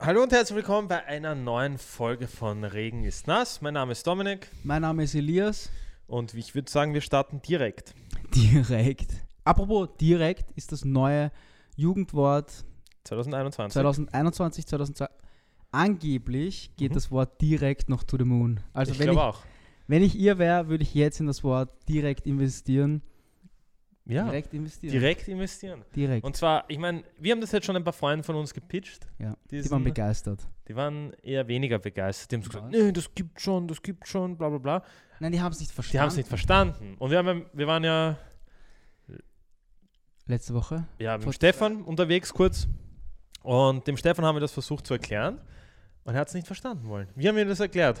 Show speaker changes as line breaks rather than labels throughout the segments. Hallo und herzlich willkommen bei einer neuen Folge von Regen ist nass. Mein Name ist Dominik
Mein Name ist Elias.
und ich würde sagen, wir starten direkt.
Direkt. Apropos direkt ist das neue Jugendwort
2021.
2021, 2002. Angeblich geht
Mhm.
das Wort direkt noch to the moon. Also
ich
wenn,
glaube
ich,
auch.
wenn ich ihr wäre, würde ich jetzt in das Wort direkt investieren.
Ja, direkt,
Direkt investieren.
investieren.
Direkt.
Und zwar, ich meine, wir haben das jetzt schon ein paar Freunden von uns gepitcht.
ja. Die
diesen-
waren begeistert.
Die waren eher weniger begeistert. Die haben so gesagt,
Was?
nee, das gibt schon, das gibt schon, bla bla bla.
Nein, die haben es nicht verstanden.
Die haben es nicht verstanden. Und wir, haben, wir waren ja,
Letzte Woche.
ja mit dem
Vor-
Stefan unterwegs kurz. Und dem Stefan haben wir das versucht zu erklären. Und er hat es nicht verstanden wollen. Wie haben wir das erklärt?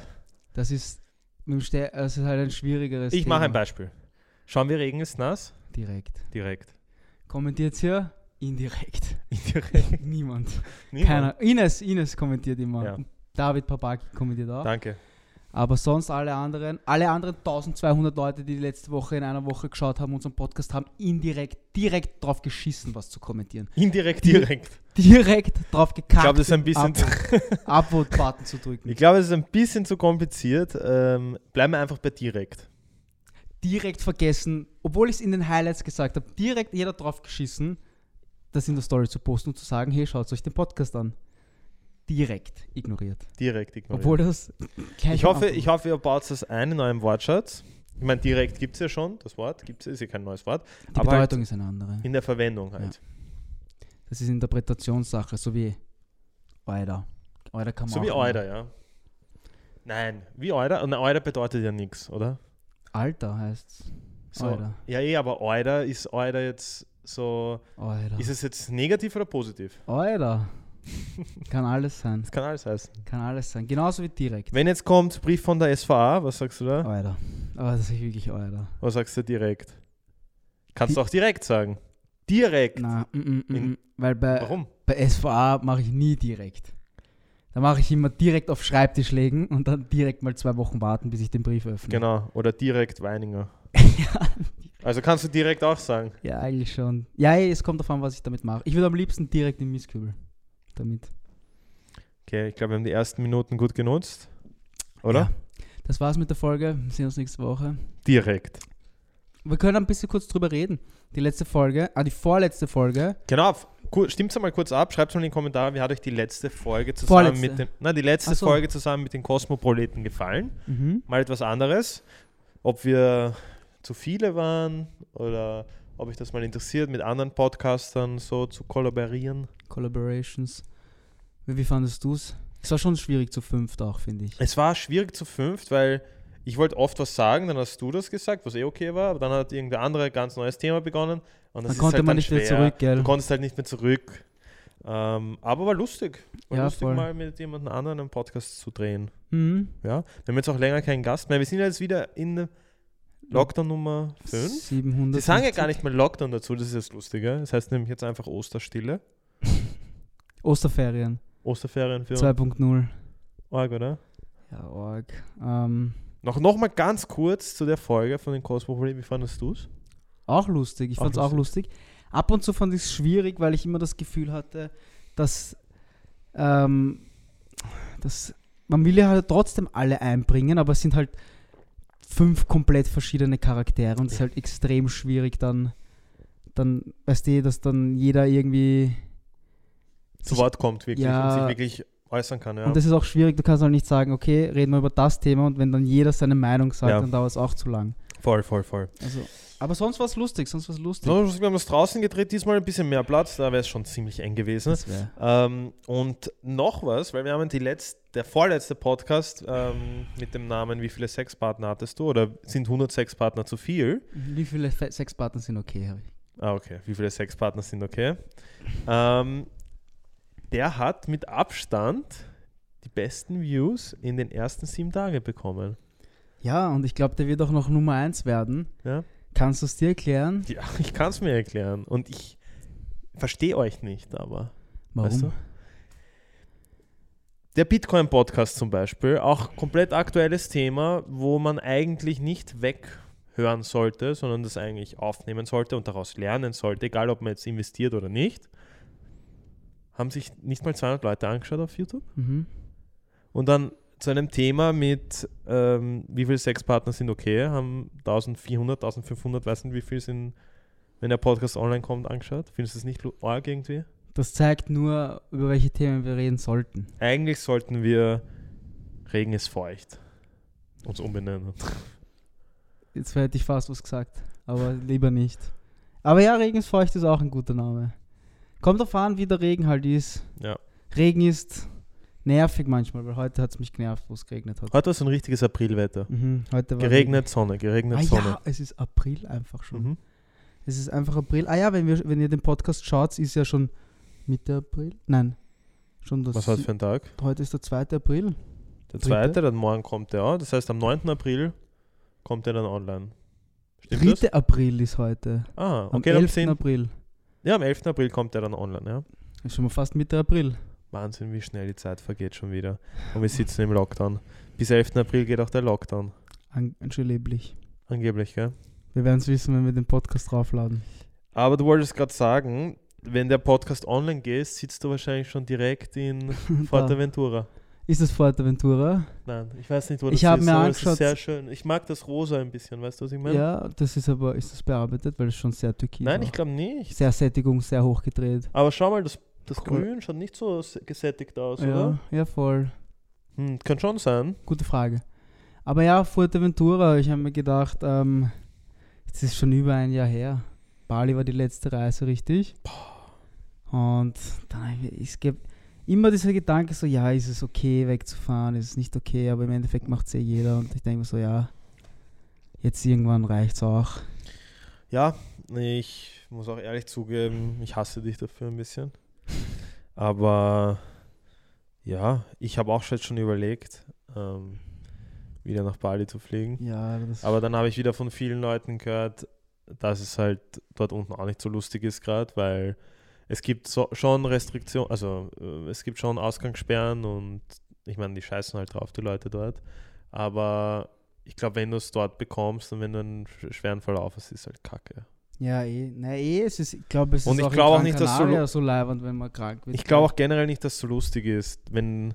Das ist, mit dem Ste das ist halt ein schwierigeres
Ich
Thema.
mache ein Beispiel. Schauen wir, Regen ist nass.
Direkt.
Direkt.
Kommentiert hier? Indirekt.
Indirekt.
Niemand.
Niemand.
Keiner. Ines, Ines kommentiert immer.
Ja.
David Papaki kommentiert auch.
Danke.
Aber sonst alle anderen, alle anderen 1200 Leute, die, die letzte Woche in einer Woche geschaut haben, unseren Podcast, haben indirekt, direkt drauf geschissen, was zu kommentieren.
Indirekt, direkt.
Direkt drauf gekackt.
Ich glaube, das ist ein bisschen, zu,
Upvote-Button zu drücken.
ich glaube, es ist ein bisschen zu kompliziert. Ähm, bleiben wir einfach bei direkt.
direkt vergessen, obwohl ich es in den Highlights gesagt habe, direkt jeder drauf geschissen, das in der Story zu posten und zu sagen, hey, schaut euch den Podcast an. Direkt ignoriert.
Direkt ignorieren.
Obwohl das kein
Oh ich hoffe, ich hoffe, ihr baut das ein in eurem Wortschatz. Ich meine, direkt gibt es ja schon, das Wort gibt es, ist ja kein neues Wort.
Die
aber halt
Bedeutung ist eine andere.
in der Verwendung halt.
Das ist Interpretationssache, so wie Euder. Euder kann man
So wie
auch
Euder, ja. Nein, wie Euder. Und Euder bedeutet ja nichts, oder?
Alter heißt
So.
Euder.
Ja, eh, aber Euder ist Euder jetzt so.
Euder.
Ist es jetzt negativ oder positiv?
Euder. kann alles sein.
Das kann alles heißen.
Kann alles sein. Genauso wie direkt.
Wenn jetzt kommt Brief von der SVA, was sagst du da?
Euder. Aber Oh, das ist wirklich Euder.
Was sagst du direkt? Kannst du auch direkt sagen. Direkt.
Na, mm, mm, mm,
In-
mm. weil bei,
Warum?
bei SVA mache ich nie direkt. Da mache ich immer direkt auf Schreibtisch legen und dann direkt mal zwei Wochen warten, bis ich den Brief öffne.
Genau. Oder direkt Weininger.
ja,
Also kannst du direkt auch sagen.
ja, eigentlich schon. Ja, es kommt davon, was ich damit mache. Ich würde am liebsten direkt in Mistkübel damit.
Okay, ich glaube, wir haben die ersten Minuten gut genutzt. Oder?
Ja. Das war's mit der Folge. Wir sehen uns nächste Woche.
Direkt.
Wir können ein bisschen kurz drüber reden. Die letzte Folge, ah, die vorletzte Folge.
Genau. f- ku- Stimmt's mal kurz ab. Schreibt mal in die Kommentare, wie hat euch die letzte Folge zusammen
Vorletzte.
mit den, na, die letzte
Ach so.
Folge zusammen mit den Kosmoproleten gefallen? Mal etwas anderes. Ob wir zu viele waren oder ob euch das mal interessiert, mit anderen Podcastern so zu kollaborieren.
Collaborations. Wie, wie fandest du's? Es war schon schwierig zu fünft auch, finde ich.
Es war schwierig zu fünft, weil ich wollte oft was sagen, dann hast du das gesagt, was eh okay war, aber dann hat irgendein anderer ganz neues Thema begonnen. Und das
Dann
ist
konnte
halt
man
dann
nicht
schwer.
mehr zurück,
Du
gell?
konntest halt nicht mehr zurück. Ähm, aber war lustig. War
Ja,
lustig,
voll.
mal mit jemand anderem einen Podcast zu drehen.
Mhm.
Ja? Wir haben jetzt auch länger keinen Gast mehr. Wir sind ja jetzt wieder in Lockdown Nummer 5.
700.
Die sagen ja gar nicht mehr Lockdown dazu, das ist das Lustige. Das heißt nämlich jetzt einfach Osterstille.
Osterferien
Osterferien für
2.0.
Org, oder?
Ja, Org. Ähm,
Noch, noch mal ganz kurz zu der Folge von den Cosmopolitan. Wie fandest du es?
auch lustig. Ich
Auch
fand's auch lustig. Ab und zu fand ich es schwierig, weil ich immer das Gefühl hatte, dass, ähm, dass man will ja halt trotzdem alle einbringen, aber es sind halt fünf komplett verschiedene Charaktere und es ist halt extrem schwierig dann, dann weißt du, eh, dass dann jeder irgendwie
zu
Ich-
Wort kommt wirklich
Ja.
und sich wirklich äußern kann. Ja.
Und das ist auch schwierig, du kannst halt nicht sagen, okay, reden wir über das Thema und wenn dann jeder seine Meinung sagt,
Ja.
dann dauert es auch zu lang.
voll, voll, voll.
Also, aber sonst war es lustig, sonst war es lustig.
So, wir haben es draußen gedreht, diesmal ein bisschen mehr Platz, da wäre es schon ziemlich eng gewesen.
Das wär-
Ähm, und noch was, weil wir haben die letzte, der vorletzte Podcast ähm, mit dem Namen Wie viele Sexpartner hattest du? Oder sind 100 Sexpartner zu viel?
Wie viele Fe- Sexpartner sind okay, habe ich.
Ah, okay. Wie viele Sexpartner sind okay? Ähm, der hat mit Abstand die besten Views in den ersten sieben Tagen bekommen.
Ja, und ich glaube, der wird auch noch Nummer 1 werden.
Ja?
Kannst du es dir erklären?
Ja, ich kann es mir erklären. Und ich verstehe euch nicht, aber.
Warum?
Weißt du? Der Bitcoin-Podcast zum Beispiel, auch komplett aktuelles Thema, wo man eigentlich nicht weghören sollte, sondern das eigentlich aufnehmen sollte und daraus lernen sollte, egal ob man jetzt investiert oder nicht. haben sich nicht mal 200 Leute angeschaut auf YouTube.
Mhm.
Und dann zu einem Thema mit, ähm, wie viele Sexpartner sind okay, haben 1400, 1500, weiß nicht wie viel sind, wenn der Podcast online kommt, angeschaut. Findest du es nicht lu- arg irgendwie?
Das zeigt nur, über welche Themen wir reden sollten.
Eigentlich sollten wir Regen ist feucht uns umbenennen.
Jetzt hätte ich fast was gesagt, aber lieber nicht. Aber ja, Regen ist feucht ist auch ein guter Name. Kommt drauf an, wie der Regen halt ist.
Ja.
Regen ist nervig manchmal, weil heute hat es mich genervt, wo es geregnet hat.
Heute war so ein richtiges Aprilwetter.
Mhm, heute war
Ah. Geregnet, Sonne, geregnet,
Ah
Sonne.
ja, es ist April einfach schon.
Mhm.
Es ist einfach April. Ah ja, wenn, wir, wenn ihr den Podcast schaut, ist ja schon Mitte April. Nein, schon das.
Was war das für ein Tag?
heute ist der 2. April.
Der
Dritte?
zweite, dann morgen kommt der auch. Das heißt, am 9. April kommt der dann online. Stimmt
3.
das?
April ist heute.
Ah,
Am
okay, am,
11.
10.
April.
Ja, am 11. April kommt der dann online, ja.
Ist schon mal fast Mitte April.
Wahnsinn, wie schnell die Zeit vergeht schon wieder. Und wir sitzen im Lockdown. Bis 11. April geht auch der Lockdown.
An, ganz schön leblich.
Angeblich, gell?
Wir werden es wissen, wenn wir den Podcast draufladen.
Aber du wolltest gerade sagen, wenn der Podcast online geht, sitzt du wahrscheinlich schon direkt in
Da.
Fortaventura.
Ist das Fuerteventura?
Nein, ich weiß nicht, wo das
Ich hab
ist,
mir
aber es
angeschaut-
ist sehr schön. Ich mag das rosa ein bisschen, weißt du, was ich meine?
Ja, das ist aber, ist das bearbeitet, weil es schon sehr türkis
Nein, ich
auch.
glaube nicht.
Sehr Sättigung, sehr hoch gedreht.
Aber schau mal, das, das
Cool.
Grün schaut nicht so s- gesättigt aus,
Ja,
oder?
ja, voll.
Hm, kann schon sein.
Gute Frage. Aber ja, Fuerteventura, ich habe mir gedacht, ähm, es ist schon über ein Jahr her. Bali war die letzte Reise, richtig? Und dann hab ich, es gibt immer dieser Gedanke so, ja, ist es okay wegzufahren, ist es nicht okay, aber im Endeffekt macht es eh jeder und ich denke mir so, ja, jetzt irgendwann reicht's auch.
Ja, ich muss auch ehrlich zugeben, ich hasse dich dafür ein bisschen. Aber ja, ich habe auch jetzt schon überlegt, ähm, wieder nach Bali zu fliegen.
Ja, das
Aber dann habe ich wieder von vielen Leuten gehört, dass es halt dort unten auch nicht so lustig ist gerade, weil es gibt so, schon Restriktionen, also äh, es gibt schon Ausgangssperren und ich meine, die scheißen halt drauf, die Leute dort. Aber ich glaube, wenn du es dort bekommst und wenn du einen sch- schweren Verlauf hast, ist es halt kacke.
ja, eh, na eh, es ist, ich glaube, es
Und
ist
ich
auch, in
glaub auch
Gran
nicht, dass so
Canaria
lo-
so leiwand, wenn man krank wird.
Ich glaube auch generell nicht, dass es so lustig ist, wenn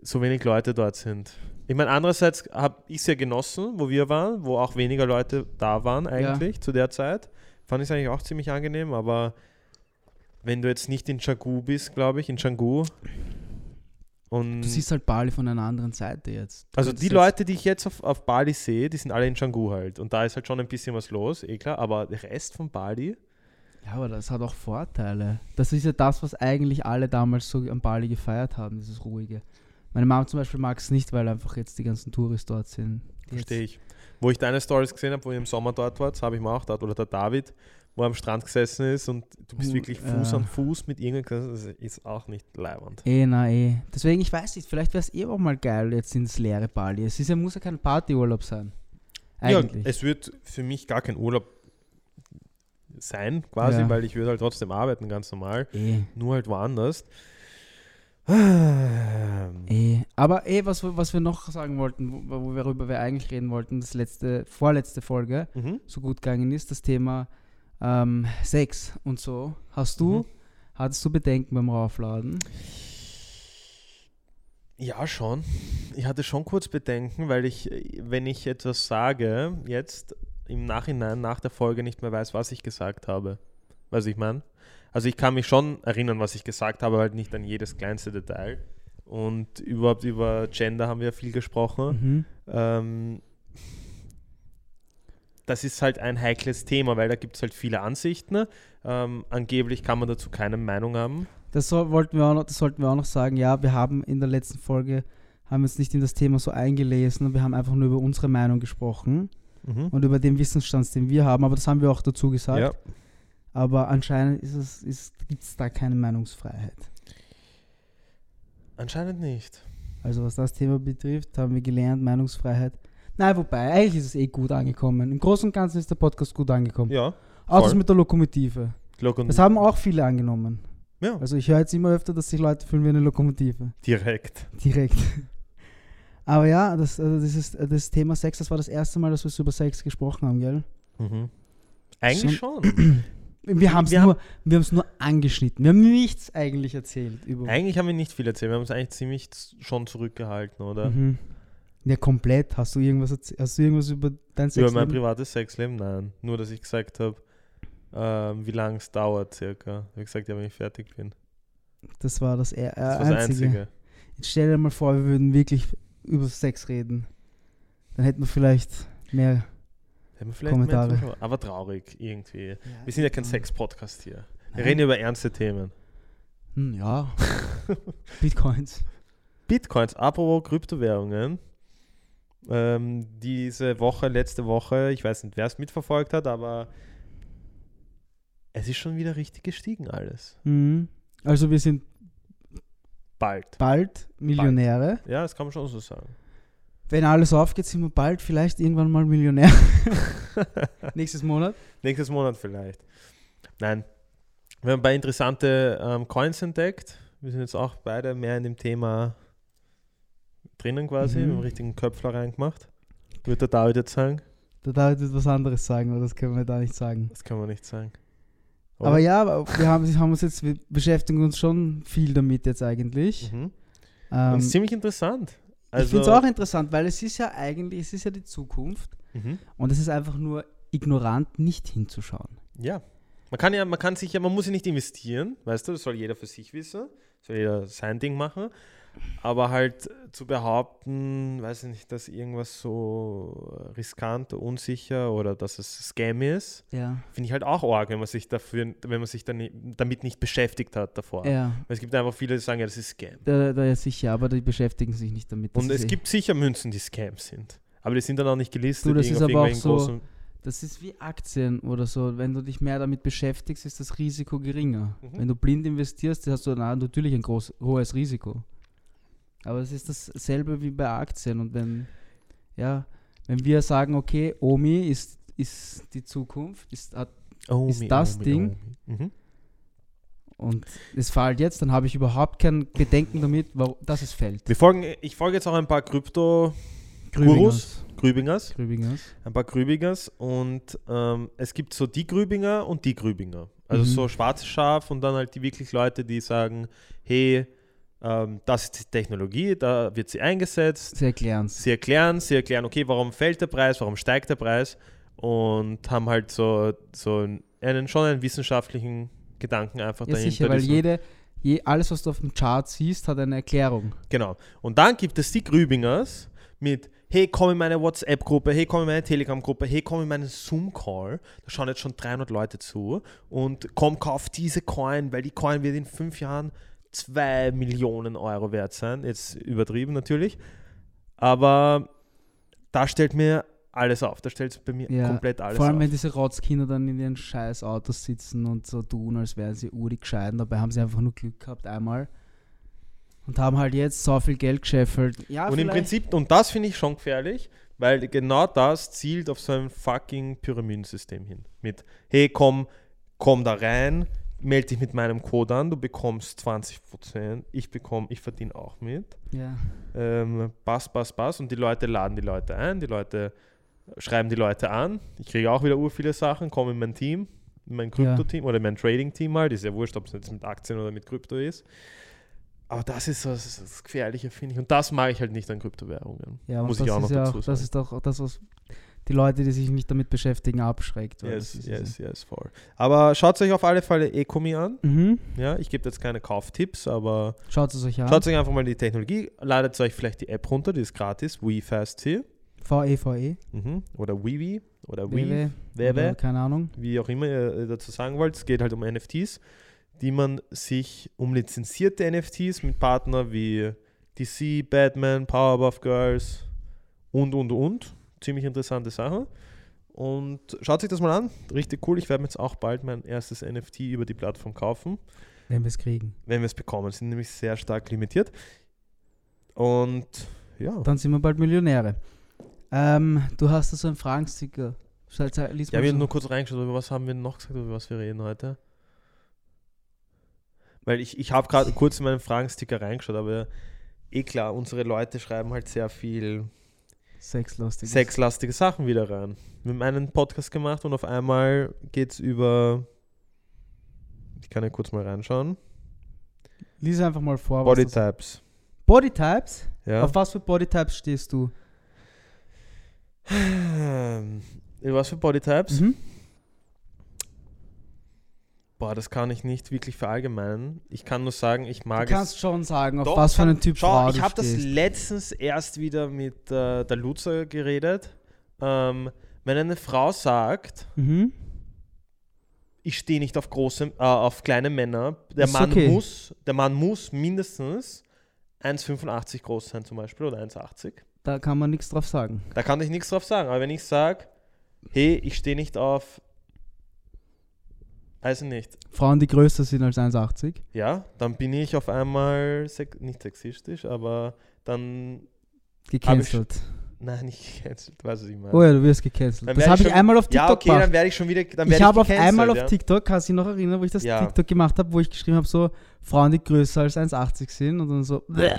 so wenig Leute dort sind. Ich meine, andererseits habe ich es ja genossen, wo wir waren, wo auch weniger Leute da waren eigentlich zu der Zeit. Fand ich es eigentlich auch ziemlich angenehm, aber wenn du jetzt nicht in Canggu bist, glaube ich, in Canggu und
Du siehst halt Bali von einer anderen Seite jetzt. Du
also
könntest
die
jetzt-
Leute, die ich jetzt auf, auf Bali sehe, die sind alle in Canggu halt und da ist halt schon ein bisschen was los, eh klar, aber der Rest von Bali,
Ja, aber das hat auch Vorteile. Das ist ja das, was eigentlich alle damals so am Bali gefeiert haben, dieses Ruhige. Meine Mama zum Beispiel mag es nicht, weil einfach jetzt die ganzen Touris dort sind. die jetzt-
Verstehe ich. Wo ich deine Stories gesehen habe, wo ihr im Sommer dort wart, habe ich mir auch dort, oder der David, wo er am Strand gesessen ist und du bist
Hu-
wirklich Fuß
Hm, ja.
an Fuß mit irgendwas, das ist auch nicht leiwand.
Eh, na eh. Deswegen, ich weiß nicht, vielleicht wäre es eh auch mal geil jetzt ins leere Bali. Es ist ja, muss ja kein Partyurlaub sein. Eigentlich.
Ja, es wird für mich gar kein Urlaub sein, quasi,
Ja.
weil ich würde halt trotzdem arbeiten, ganz normal,
eh.
nur halt woanders. Ähm,
Eh. Aber eh, was, wir- was wir noch sagen wollten, wo- wo- worüber wir eigentlich reden wollten, das letzte, vorletzte Folge,
Mhm.
so gut gegangen ist, das Thema ähm, Sex und so. Hast du,
Mhm.
hattest du Bedenken beim Raufladen?
Ja, schon. Ich hatte schon kurz Bedenken, weil ich, äh, wenn ich etwas sage, jetzt im Nachhinein nach der Folge nicht mehr weiß, was ich gesagt habe. Weiß ich meine? Also ich kann mich schon erinnern, was ich gesagt habe, aber halt nicht an jedes kleinste Detail. Und überhaupt über Gender haben wir viel gesprochen.
Mhm.
Ähm, das ist halt ein heikles Thema, weil da gibt es halt viele Ansichten. Ähm, angeblich kann man dazu keine Meinung haben.
Das, soll, wollten wir auch noch, das sollten wir auch noch sagen. Ja, wir haben in der letzten Folge, haben uns nicht in das Thema so eingelesen, wir haben einfach nur über unsere Meinung gesprochen und über den Wissensstand, den wir haben, aber das haben wir auch dazu gesagt.
Ja.
Aber anscheinend ist es, ist, gibt es da keine Meinungsfreiheit.
Anscheinend nicht.
Also was das Thema betrifft, haben wir gelernt, Meinungsfreiheit. Nein, wobei, eigentlich ist es eh gut angekommen. Im Großen und Ganzen ist der Podcast gut angekommen.
Ja.
Auch Ah, das
Voll.
mit der Lokomotive.
Glockenlied.
Das haben auch viele angenommen.
Ja,
Also ich höre jetzt immer öfter, dass sich Leute fühlen wie eine Lokomotive.
direkt.
Direkt. Aber ja, das, also das, ist, das Thema Sex, das war das erste Mal, dass wir so über Sex gesprochen haben, gell?
Mhm. Eigentlich schon.
Wir haben es
Wir
nur, wir haben's nur angeschnitten. Wir haben nichts eigentlich erzählt über.
Eigentlich haben wir nicht viel erzählt. Wir haben es eigentlich ziemlich z- schon zurückgehalten, oder?
Mhm. Ja, komplett. Hast du irgendwas, erzäh- hast du irgendwas über
Über mein
dein Sexleben?
privates Sexleben? Nein. Nur, dass ich gesagt habe, ähm, wie lange es dauert circa. Ich habe gesagt, ja, wenn ich fertig bin.
Das war das, er
Das war
einzige.
das Einzige.
Jetzt stell dir mal vor, wir würden wirklich über Sex reden. Dann hätten wir vielleicht mehr.
Hätten wir vielleicht
Kommentare.
Mehr Zuschauer, aber traurig irgendwie. Wir sind ja kein Sex-Podcast hier. Wir reden über ernste Themen.
Hm, Ja. Bitcoins.
Bitcoins, apropos Kryptowährungen. Ähm, diese Woche, letzte Woche, ich weiß nicht, wer es mitverfolgt hat, aber es ist schon wieder richtig gestiegen alles.
Mhm. Also wir sind
Bald.
bald Millionäre.
Ja, das kann man schon so sagen.
Wenn alles aufgeht, sind wir bald vielleicht irgendwann mal Millionär. Nächstes Monat.
Nächstes Monat vielleicht. Nein. Wir haben ein paar interessante ähm, Coins entdeckt. Wir sind jetzt auch beide mehr in dem Thema drinnen quasi.
Mhm.
Wir haben einen richtigen Köpfler reingemacht. Würde der David jetzt sagen?
Da darf ich was anderes sagen, aber das können wir da nicht sagen.
Das kann man nicht sagen.
Aber ja, wir haben, haben uns jetzt, wir beschäftigen uns schon viel damit jetzt eigentlich.
Mhm.
Ähm,
das ist ziemlich interessant. Also,
ich finde es auch interessant, weil es ist ja eigentlich, es ist ja die Zukunft
Mhm.
und es ist einfach nur ignorant, nicht hinzuschauen.
Ja. Man kann ja, man kann sich ja, man muss ja nicht investieren, weißt du, das soll jeder für sich wissen, soll jeder sein Ding machen. Aber halt zu behaupten, weiß ich nicht, dass irgendwas so riskant, unsicher oder dass es Scam ist,
Ja.
finde ich halt auch arg, wenn man sich dafür, wenn man sich dann, damit nicht beschäftigt hat davor.
Ja,
Weil es gibt einfach viele, die sagen, ja, das ist Scam.
da, da ja sicher, aber die beschäftigen sich nicht damit. Das
Und
ist
es
eh-
gibt sicher Münzen, die Scam sind. Aber die sind dann auch nicht gelistet.
Du, das
irgend-
ist
auf
aber auch
irgendwelchen
so-
großen-
Das ist wie Aktien oder so. Wenn du dich mehr damit beschäftigst, ist das Risiko geringer.
Mhm.
Wenn du blind investierst, hast du na- natürlich ein groß, hohes Risiko. Aber es ist dasselbe wie bei Aktien. Und wenn, ja, wenn wir sagen, okay, Omi ist, ist die Zukunft, ist, hat,
Oh,
Ist
mi,
das
mi,
Ding-
mi. Mhm.
und es fällt jetzt, dann habe ich überhaupt kein Bedenken damit, wa- dass es fällt.
Wir folgen, ich folge jetzt auch ein paar Krypto-Grübingers,
Grübingers. Grübingers.
ein paar Grübingers und ähm, es gibt so die Grübinger und die Grübinger. Also
Mhm.
so schwarzes Schaf und dann halt die wirklich Leute, die sagen, hey, ähm, das ist die Technologie, da wird sie eingesetzt.
Sie erklären es.
Sie erklären, sie erklären, okay, warum fällt der Preis, warum steigt der Preis und haben halt so, so einen, schon einen wissenschaftlichen Gedanken einfach
Ja,
dahinter.
sicher, weil
diesen-
jede, je, alles, was du auf dem Chart siehst, hat eine Erklärung.
Genau. Und dann gibt es die Grübingers mit, hey, komm in meine WhatsApp-Gruppe, hey, komm in meine Telegram-Gruppe, hey, komm in meinen Zoom-Call. Da schauen jetzt schon 300 Leute zu. Und komm, kauf diese Coin, weil die Coin wird in fünf Jahren 2 Millionen Euro wert sein. Jetzt übertrieben natürlich. Aber da stellt mir alles auf. Da stellt bei mir
Ja,
komplett alles
Vor allem,
auf.
wenn diese Rotzkinder dann in ihren scheiß Autos sitzen und so tun, als wären sie urig gescheiten. Dabei haben sie einfach nur Glück gehabt, einmal. Und haben halt jetzt so viel Geld gescheffelt. Ja,
und im
vielleicht-
Prinzip, und das finde ich schon gefährlich, weil genau das zielt auf so ein fucking Pyramidensystem hin. Mit, hey, komm, komm da rein, melde dich mit meinem Code an, du bekommst 20%, ich bekomme, ich verdiene auch mit.
Ja.
Ähm, pass, pass, pass. Und die Leute laden die Leute ein, die Leute schreiben die Leute an. Ich kriege auch wieder ur viele Sachen, komme in mein Team, in mein Krypto-Team oder in mein Trading-Team halt. Ist ja wurscht, ob es jetzt mit Aktien oder mit Krypto ist. Aber das ist so das, ist das Gefährliche, finde ich. Und das mag ich halt nicht an Kryptowährungen.
ja und
Muss
das
ich auch noch
ist ja
dazu
auch,
sagen.
Das ist doch auch das, was die Leute, die sich nicht damit beschäftigen, abschreckt. weil
Yes,
das ist ja
yes, yes, voll. Aber schaut euch auf alle Fälle Ecomi an.
so. Mhm.
Ja, ich gebe jetzt keine Kauftipps, aber
Schaut es euch an.
schaut euch einfach mal die Technologie, ladet euch vielleicht die App runter, die ist gratis, WeFast hier.
VEVE.
Mhm. Oder Wewe oder Weave.
WW.
Wewe.
oder Keine Ahnung.
wie auch immer ihr äh, dazu sagen wollt, es geht halt um NFTs, die man sich um lizenzierte NFTs mit Partner wie DC, Batman, Powerpuff Girls und und und. Ziemlich interessante Sache. Und schaut sich das mal an. Richtig cool. Ich werde mir jetzt auch bald mein erstes NFT über die Plattform kaufen,
Wenn wir es kriegen.
wenn wir es bekommen. Sind nämlich sehr stark limitiert. Und ja.
Dann sind wir bald Millionäre. Ähm, du hast da so einen Fragensticker. Schau- schau- lies
Ja,
mal
wir haben
so.
nur kurz reingeschaut, über was haben wir noch gesagt, über was wir reden heute? Weil ich, ich habe gerade kurz in meinen Fragensticker reingeschaut, aber eh klar, unsere Leute schreiben halt sehr viel
Sexlastig.
sexlastige Sachen wieder rein. Wir haben einen Podcast gemacht und auf einmal geht es über Ich kann ja kurz mal reinschauen.
Lies einfach mal vor. was das-
Bodytypes.
Bodytypes?
Ja.
Auf was für Bodytypes stehst du?
Ähm, Was für Bodytypes?
Mhm.
Boah, das kann ich nicht wirklich verallgemeinern. Ich kann nur sagen, ich
Du
mag es.
kannst schon sagen, auf
Doch,
was für
kann-
einen Typ
Schau,
Frau
ich
du
habe das
stehst.
letztens erst wieder mit äh, der Luzer geredet. Ähm, wenn eine Frau sagt,
Mhm.
ich stehe nicht auf große, äh, auf kleine Männer. Der
Ist
Mann
okay.
muss, der Mann muss mindestens 1,85 groß sein zum Beispiel oder 1,80.
Da kann man nichts drauf sagen.
Da kann ich nichts drauf sagen. Aber wenn ich sage, hey, ich stehe nicht auf, also nicht,
Frauen, die größer sind als 1,80.
ja, dann bin ich auf einmal sex nicht sexistisch, aber dann
Gecancelt.
nein, nicht gecancelt, weißt du, was ich meine.
Oh ja, du wirst gecancelt.
Dann
Das
werd
habe ich
schon-
einmal auf TikTok
ja, okay,
gemacht.
dann werde ich schon wieder, dann
Ich
werde ich,
habe auf
gecancelt,
einmal
ja.
auf TikTok, kannst du dich noch erinnern, wo ich das
Ja.
TikTok gemacht habe, wo ich geschrieben habe, so Frauen, die größer als 1,80 sind und dann so. bleh.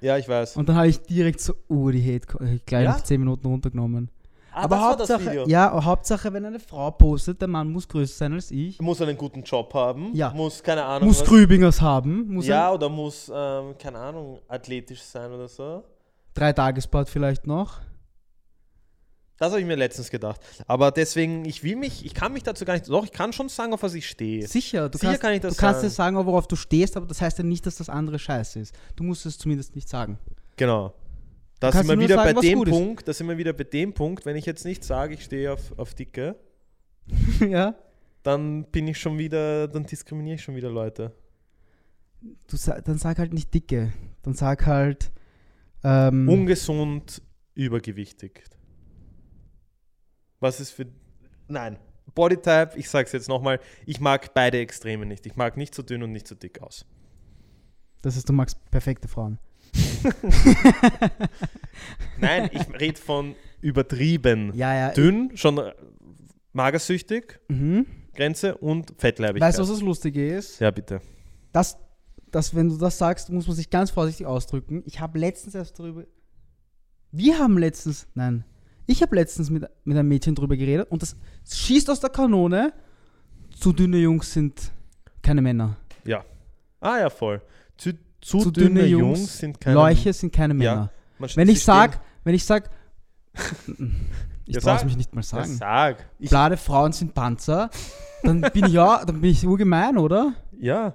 Ja, ich weiß.
Und dann habe ich direkt so, oh, die Hate, äh, gleich
Ja?
nach 10 Minuten runtergenommen.
Ah,
aber
das war das
Hauptsache,
Video.
ja, aber Hauptsache, wenn eine Frau postet, der Mann muss größer sein als ich.
Muss einen guten Job haben.
Ja.
Muss, keine Ahnung.
Muss
was-
Grübingers haben, muss
ja,
ja.
oder muss, ähm, keine Ahnung, athletisch sein oder so.
drei Tagespart vielleicht noch.
Das habe ich mir letztens gedacht. Aber deswegen, ich will mich, ich kann mich dazu gar nicht, doch, ich kann schon sagen, auf was ich stehe.
Sicher, du
Sicher
kannst,
kann ich das
du kannst
sagen.
ja sagen, worauf du stehst, aber das heißt ja nicht, dass das andere scheiße ist. Du musst es zumindest nicht sagen.
Genau. Da sind
kannst
wir
nur
wieder
sagen,
bei
was
dem
gut ist.
Punkt, da sind wir wieder bei dem Punkt, wenn ich jetzt nicht sage, ich stehe auf, auf Dicke,
ja?
dann bin ich schon wieder, dann diskriminiere ich schon wieder Leute.
Du, sa- dann sag halt nicht dicke. Dann sag halt. Ähm,
Ungesund, übergewichtig. Was ist für. Nein. Bodytype, ich sag's jetzt nochmal, ich mag beide Extreme nicht. Ich mag nicht zu dünn und nicht zu dick aus.
Das ist, du magst perfekte Frauen.
Nein, ich rede von übertrieben.
Ja, ja.
Dünn, schon äh, magersüchtig,
Mhm.
Grenze und Fettleibigkeit.
Weißt du, was das Lustige ist?
ja, bitte.
Dass, dass, wenn du das sagst, muss man sich ganz vorsichtig ausdrücken. Ich habe letztens erst darüber. Wir haben letztens. Nein. Ich habe letztens mit, mit einem Mädchen drüber geredet und das schießt aus der Kanone. Zu dünne Jungs sind keine Männer.
Ah ja, voll. Zu, zu,
Zu
dünne,
dünne
Jungs,
Jungs,
sind keine
Leuche sind keine
Ja,
Männer.
Man-
wenn,
sie
ich sag, wenn ich sag. Ich
Ja,
traue es
sag.
mich nicht mal
stehen- Ja,
sagen.
sag. Ich,
Blade Frauen sind Panzer. Dann bin ich ja, dann bin ich urgemein, oder?
ja.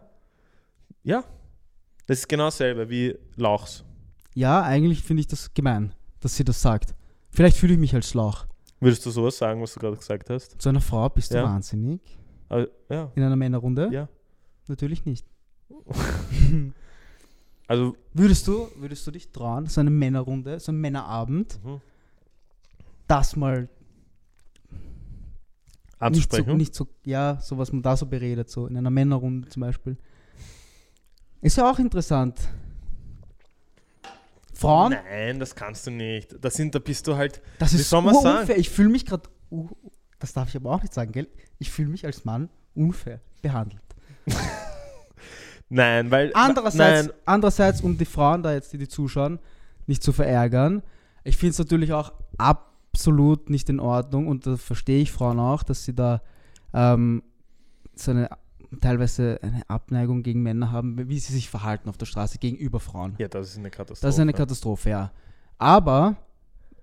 Ja. Das ist genau dasselbe wie Lauchs.
Ja, eigentlich finde ich das gemein, dass sie das sagt. Vielleicht fühle ich mich als Schlauch.
Würdest du sowas sagen, was du gerade gesagt hast?
Zu einer Frau bist du
Ja.
wahnsinnig.
Aber, ja.
In einer Männerrunde?
Ja.
Natürlich nicht.
Also,
Würdest du, würdest du dich trauen, so eine Männerrunde, so ein Männerabend,
mhm.
das mal nicht so,
abzusprechen.
nicht so, ja, so was man da so beredet, so in einer Männerrunde zum Beispiel. Ist ja auch interessant. Frauen,
Nein, das kannst du nicht. Das sind, da bist du halt.
das
wie
ist
soll man's sagen?
unfair. Ich fühle mich gerade, u- das darf ich aber auch nicht sagen, gell? Ich fühle mich als Mann unfair behandelt.
Nein, weil.
Andererseits,
Nein,
andererseits, um die Frauen da jetzt, die, die zuschauen, nicht zu verärgern, ich finde es natürlich auch absolut nicht in Ordnung und da verstehe ich Frauen auch, dass sie da ähm, so eine teilweise eine Abneigung gegen Männer haben, wie sie sich verhalten auf der Straße gegenüber Frauen.
ja, das ist eine Katastrophe.
Das ist eine Katastrophe, ja. Aber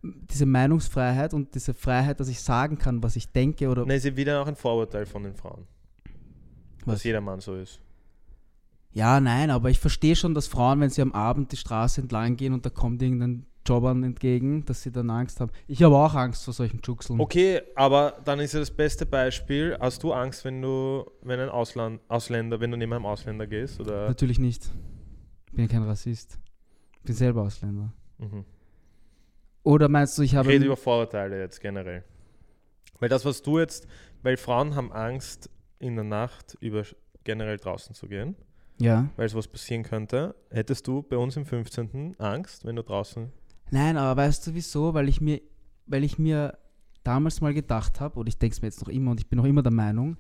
diese Meinungsfreiheit und diese Freiheit, dass ich sagen kann, was ich denke oder
Nein, ist ja wieder auch ein Vorurteil von den Frauen.
was
Dass jeder Mann so ist.
Ja, nein, aber ich verstehe schon, dass Frauen, wenn sie am Abend die Straße entlang gehen und da kommt irgendein Jobbern entgegen, dass sie dann Angst haben. Ich habe auch Angst vor solchen Juxeln.
Okay, aber dann ist ja das beste Beispiel. Hast du Angst, wenn du, wenn ein Ausland, Ausländer, wenn du neben einem Ausländer gehst? Oder?
Natürlich nicht. Ich bin kein Rassist. Ich bin selber Ausländer.
Mhm.
Oder meinst du, ich
Ich
habe.
rede über Vorurteile jetzt generell. Weil das, was du jetzt, weil Frauen haben Angst, in der Nacht über generell draußen zu gehen,
ja.
weil es was passieren könnte. Hättest du bei uns im 15. Angst, wenn du draußen.
Nein, aber weißt du wieso? Weil ich mir, weil ich mir damals mal gedacht habe, und ich denke es mir jetzt noch immer und ich bin noch immer der Meinung,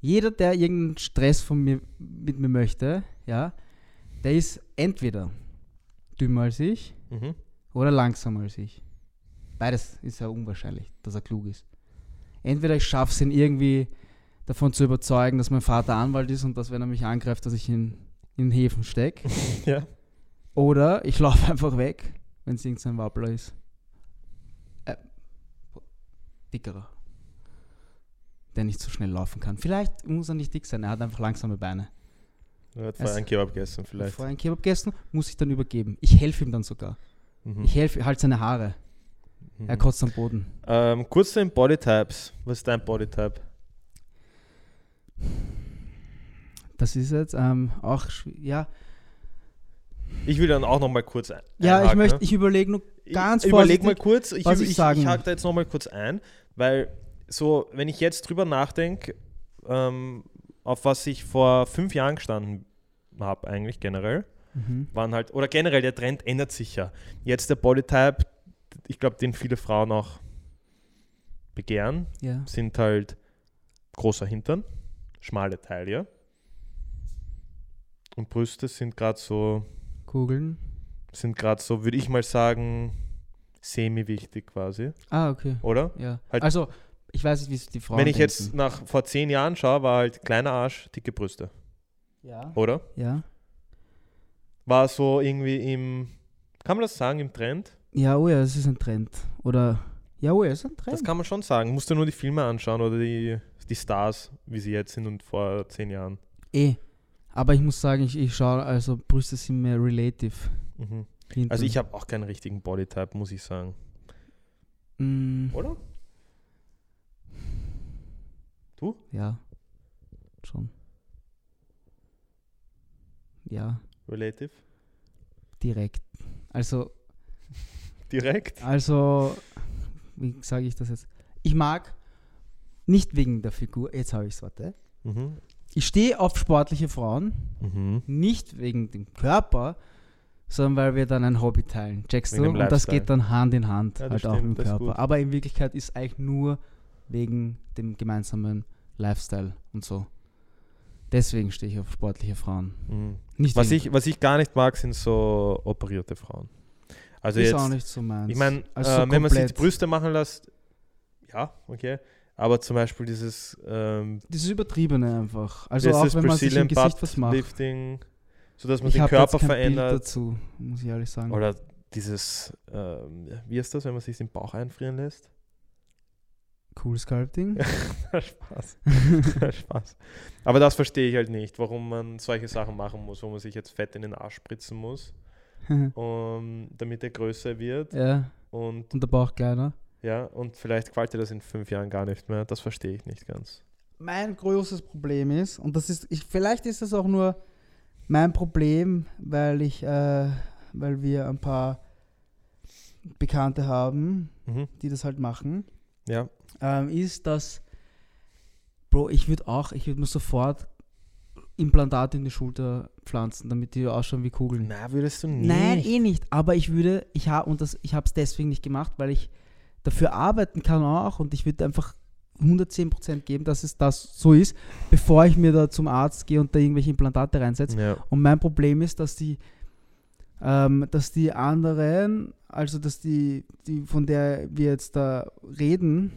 jeder, der irgendeinen Stress von mir mit mir möchte, ja, der ist entweder dümmer als ich
Mhm.
oder langsamer als ich. Beides ist ja unwahrscheinlich, dass er klug ist. Entweder ich schaffe es ihn irgendwie, davon zu überzeugen, dass mein Vater Anwalt ist und dass, wenn er mich angreift, dass ich ihn in Häfen stecke.
Ja.
Oder ich laufe einfach weg, wenn es irgendein Wappler ist. Äh, dickerer. Der nicht so schnell laufen kann. Vielleicht muss er nicht dick sein, er hat einfach langsame Beine.
Er hat vorher
Es-
einen Kebab gegessen,
Vielleicht.
vielleicht.
Vorher ein Kebab gegessen, muss ich dann übergeben. Ich helfe ihm dann sogar.
Mhm.
Ich helfe, halt seine Haare. Er
Mhm.
kotzt am Boden.
Ähm, kurz zu den Bodytypes. Was ist dein Bodytype?
Das ist jetzt ähm, auch, schw- ja.
Ich will dann auch nochmal kurz ein.
Ja, ich
einhaken,
möchte,
ne?
ich überlege nur ganz
ich, überleg
vorsichtig,
mal kurz, ich,
was
ich,
ich
ich,
sagen
ich hake da jetzt nochmal kurz ein, weil so, wenn ich jetzt drüber nachdenke, ähm, auf was ich vor fünf Jahren gestanden habe, eigentlich generell,
Mhm.
waren halt, oder generell der Trend ändert sich ja. Jetzt der Bodytype, ich glaube, den viele Frauen auch begehren,
Ja.
sind halt großer Hintern, schmale Taille und Brüste sind gerade so,
Kugeln.
sind gerade so, würde ich mal sagen, semi-wichtig quasi,
Ah, okay.
oder?
Ja.
Halt-
also, ich weiß nicht, wie es die Frauen
Wenn ich jetzt
denken.
nach vor zehn Jahren schaue, war halt kleiner Arsch, dicke Brüste,
Ja.
oder?
Ja.
War so irgendwie im, kann man das sagen, im Trend?
Ja, oh ja, es ist ein Trend. Oder. Ja, oh ja, es ist ein
Das
Trend.
kann man schon sagen. Musst du nur die Filme anschauen oder die, die Stars, wie sie jetzt sind und vor zehn Jahren.
Eh. Aber ich muss sagen, ich, ich schaue, also Brüste sind mehr relative.
Mhm.
Hinten.
Also ich habe auch keinen richtigen Bodytype, muss ich sagen.
Mm,
Oder?
ja. Schon. Ja,
Relative?
direkt. Also,
Direkt?
also, wie sage ich das jetzt? Ich mag nicht wegen der Figur, jetzt habe ich es, warte.
Mhm.
Ich stehe auf sportliche Frauen,
Mhm.
nicht wegen dem Körper, sondern weil wir dann ein Hobby teilen. Checkst
Wegen
du?
dem
Und das
Lifestyle.
geht dann Hand in Hand,
Ja, das
halt auch
stimmt,
mit
das
dem
ist
Körper.
gut.
Aber in Wirklichkeit ist eigentlich nur wegen dem gemeinsamen Lifestyle und so. Deswegen stehe ich auf sportliche Frauen.
Mhm.
Nicht
Was,
wegen,
ich, was ich gar nicht mag, sind so operierte Frauen. Also
ist
jetzt,
auch nicht so meins.
ich meine,
Also
äh,
so
wenn man sich die
komplett.
Brüste machen lässt, ja, okay. Aber zum Beispiel dieses ähm,
Dieses Übertriebene einfach. Also auch
dieses
wenn man sich
Brazilian
im Gesicht
Butt
was macht.
Lifting, sodass man
Ich
den
habe jetzt
Körper
kein
verändert.
Bild dazu, muss ich ehrlich sagen.
Oder dieses, ähm, wie ist das, wenn man sich den Bauch einfrieren lässt?
Cool Sculpting.
Spaß. Spaß. Aber das verstehe ich halt nicht, warum man solche Sachen machen muss, wo man sich jetzt Fett in den Arsch spritzen muss, um, damit er größer wird.
ja,
Und
und der Bauch kleiner.
ja, und vielleicht gefällt dir das in fünf Jahren gar nicht mehr. Das verstehe ich nicht ganz.
mein großes Problem ist, und das ist, ich, vielleicht ist das auch nur mein Problem, weil ich, äh, weil wir ein paar Bekannte haben,
Mhm.
die das halt machen,
Ja.
ähm, ist, dass, Bro, ich würde auch, ich würde mir sofort Implantate in die Schulter pflanzen, damit die ausschauen wie Kugeln.
Na, würdest du nicht.
Nein, eh nicht. Aber ich würde, ich habe und das, ich habe es deswegen nicht gemacht, weil ich dafür arbeiten kann auch und ich würde einfach 110% geben, dass es das so ist, bevor ich mir da zum Arzt gehe und da irgendwelche Implantate reinsetze.
ja.
Und mein Problem ist, dass die, ähm, dass die anderen, also dass die, die, von der wir jetzt da reden,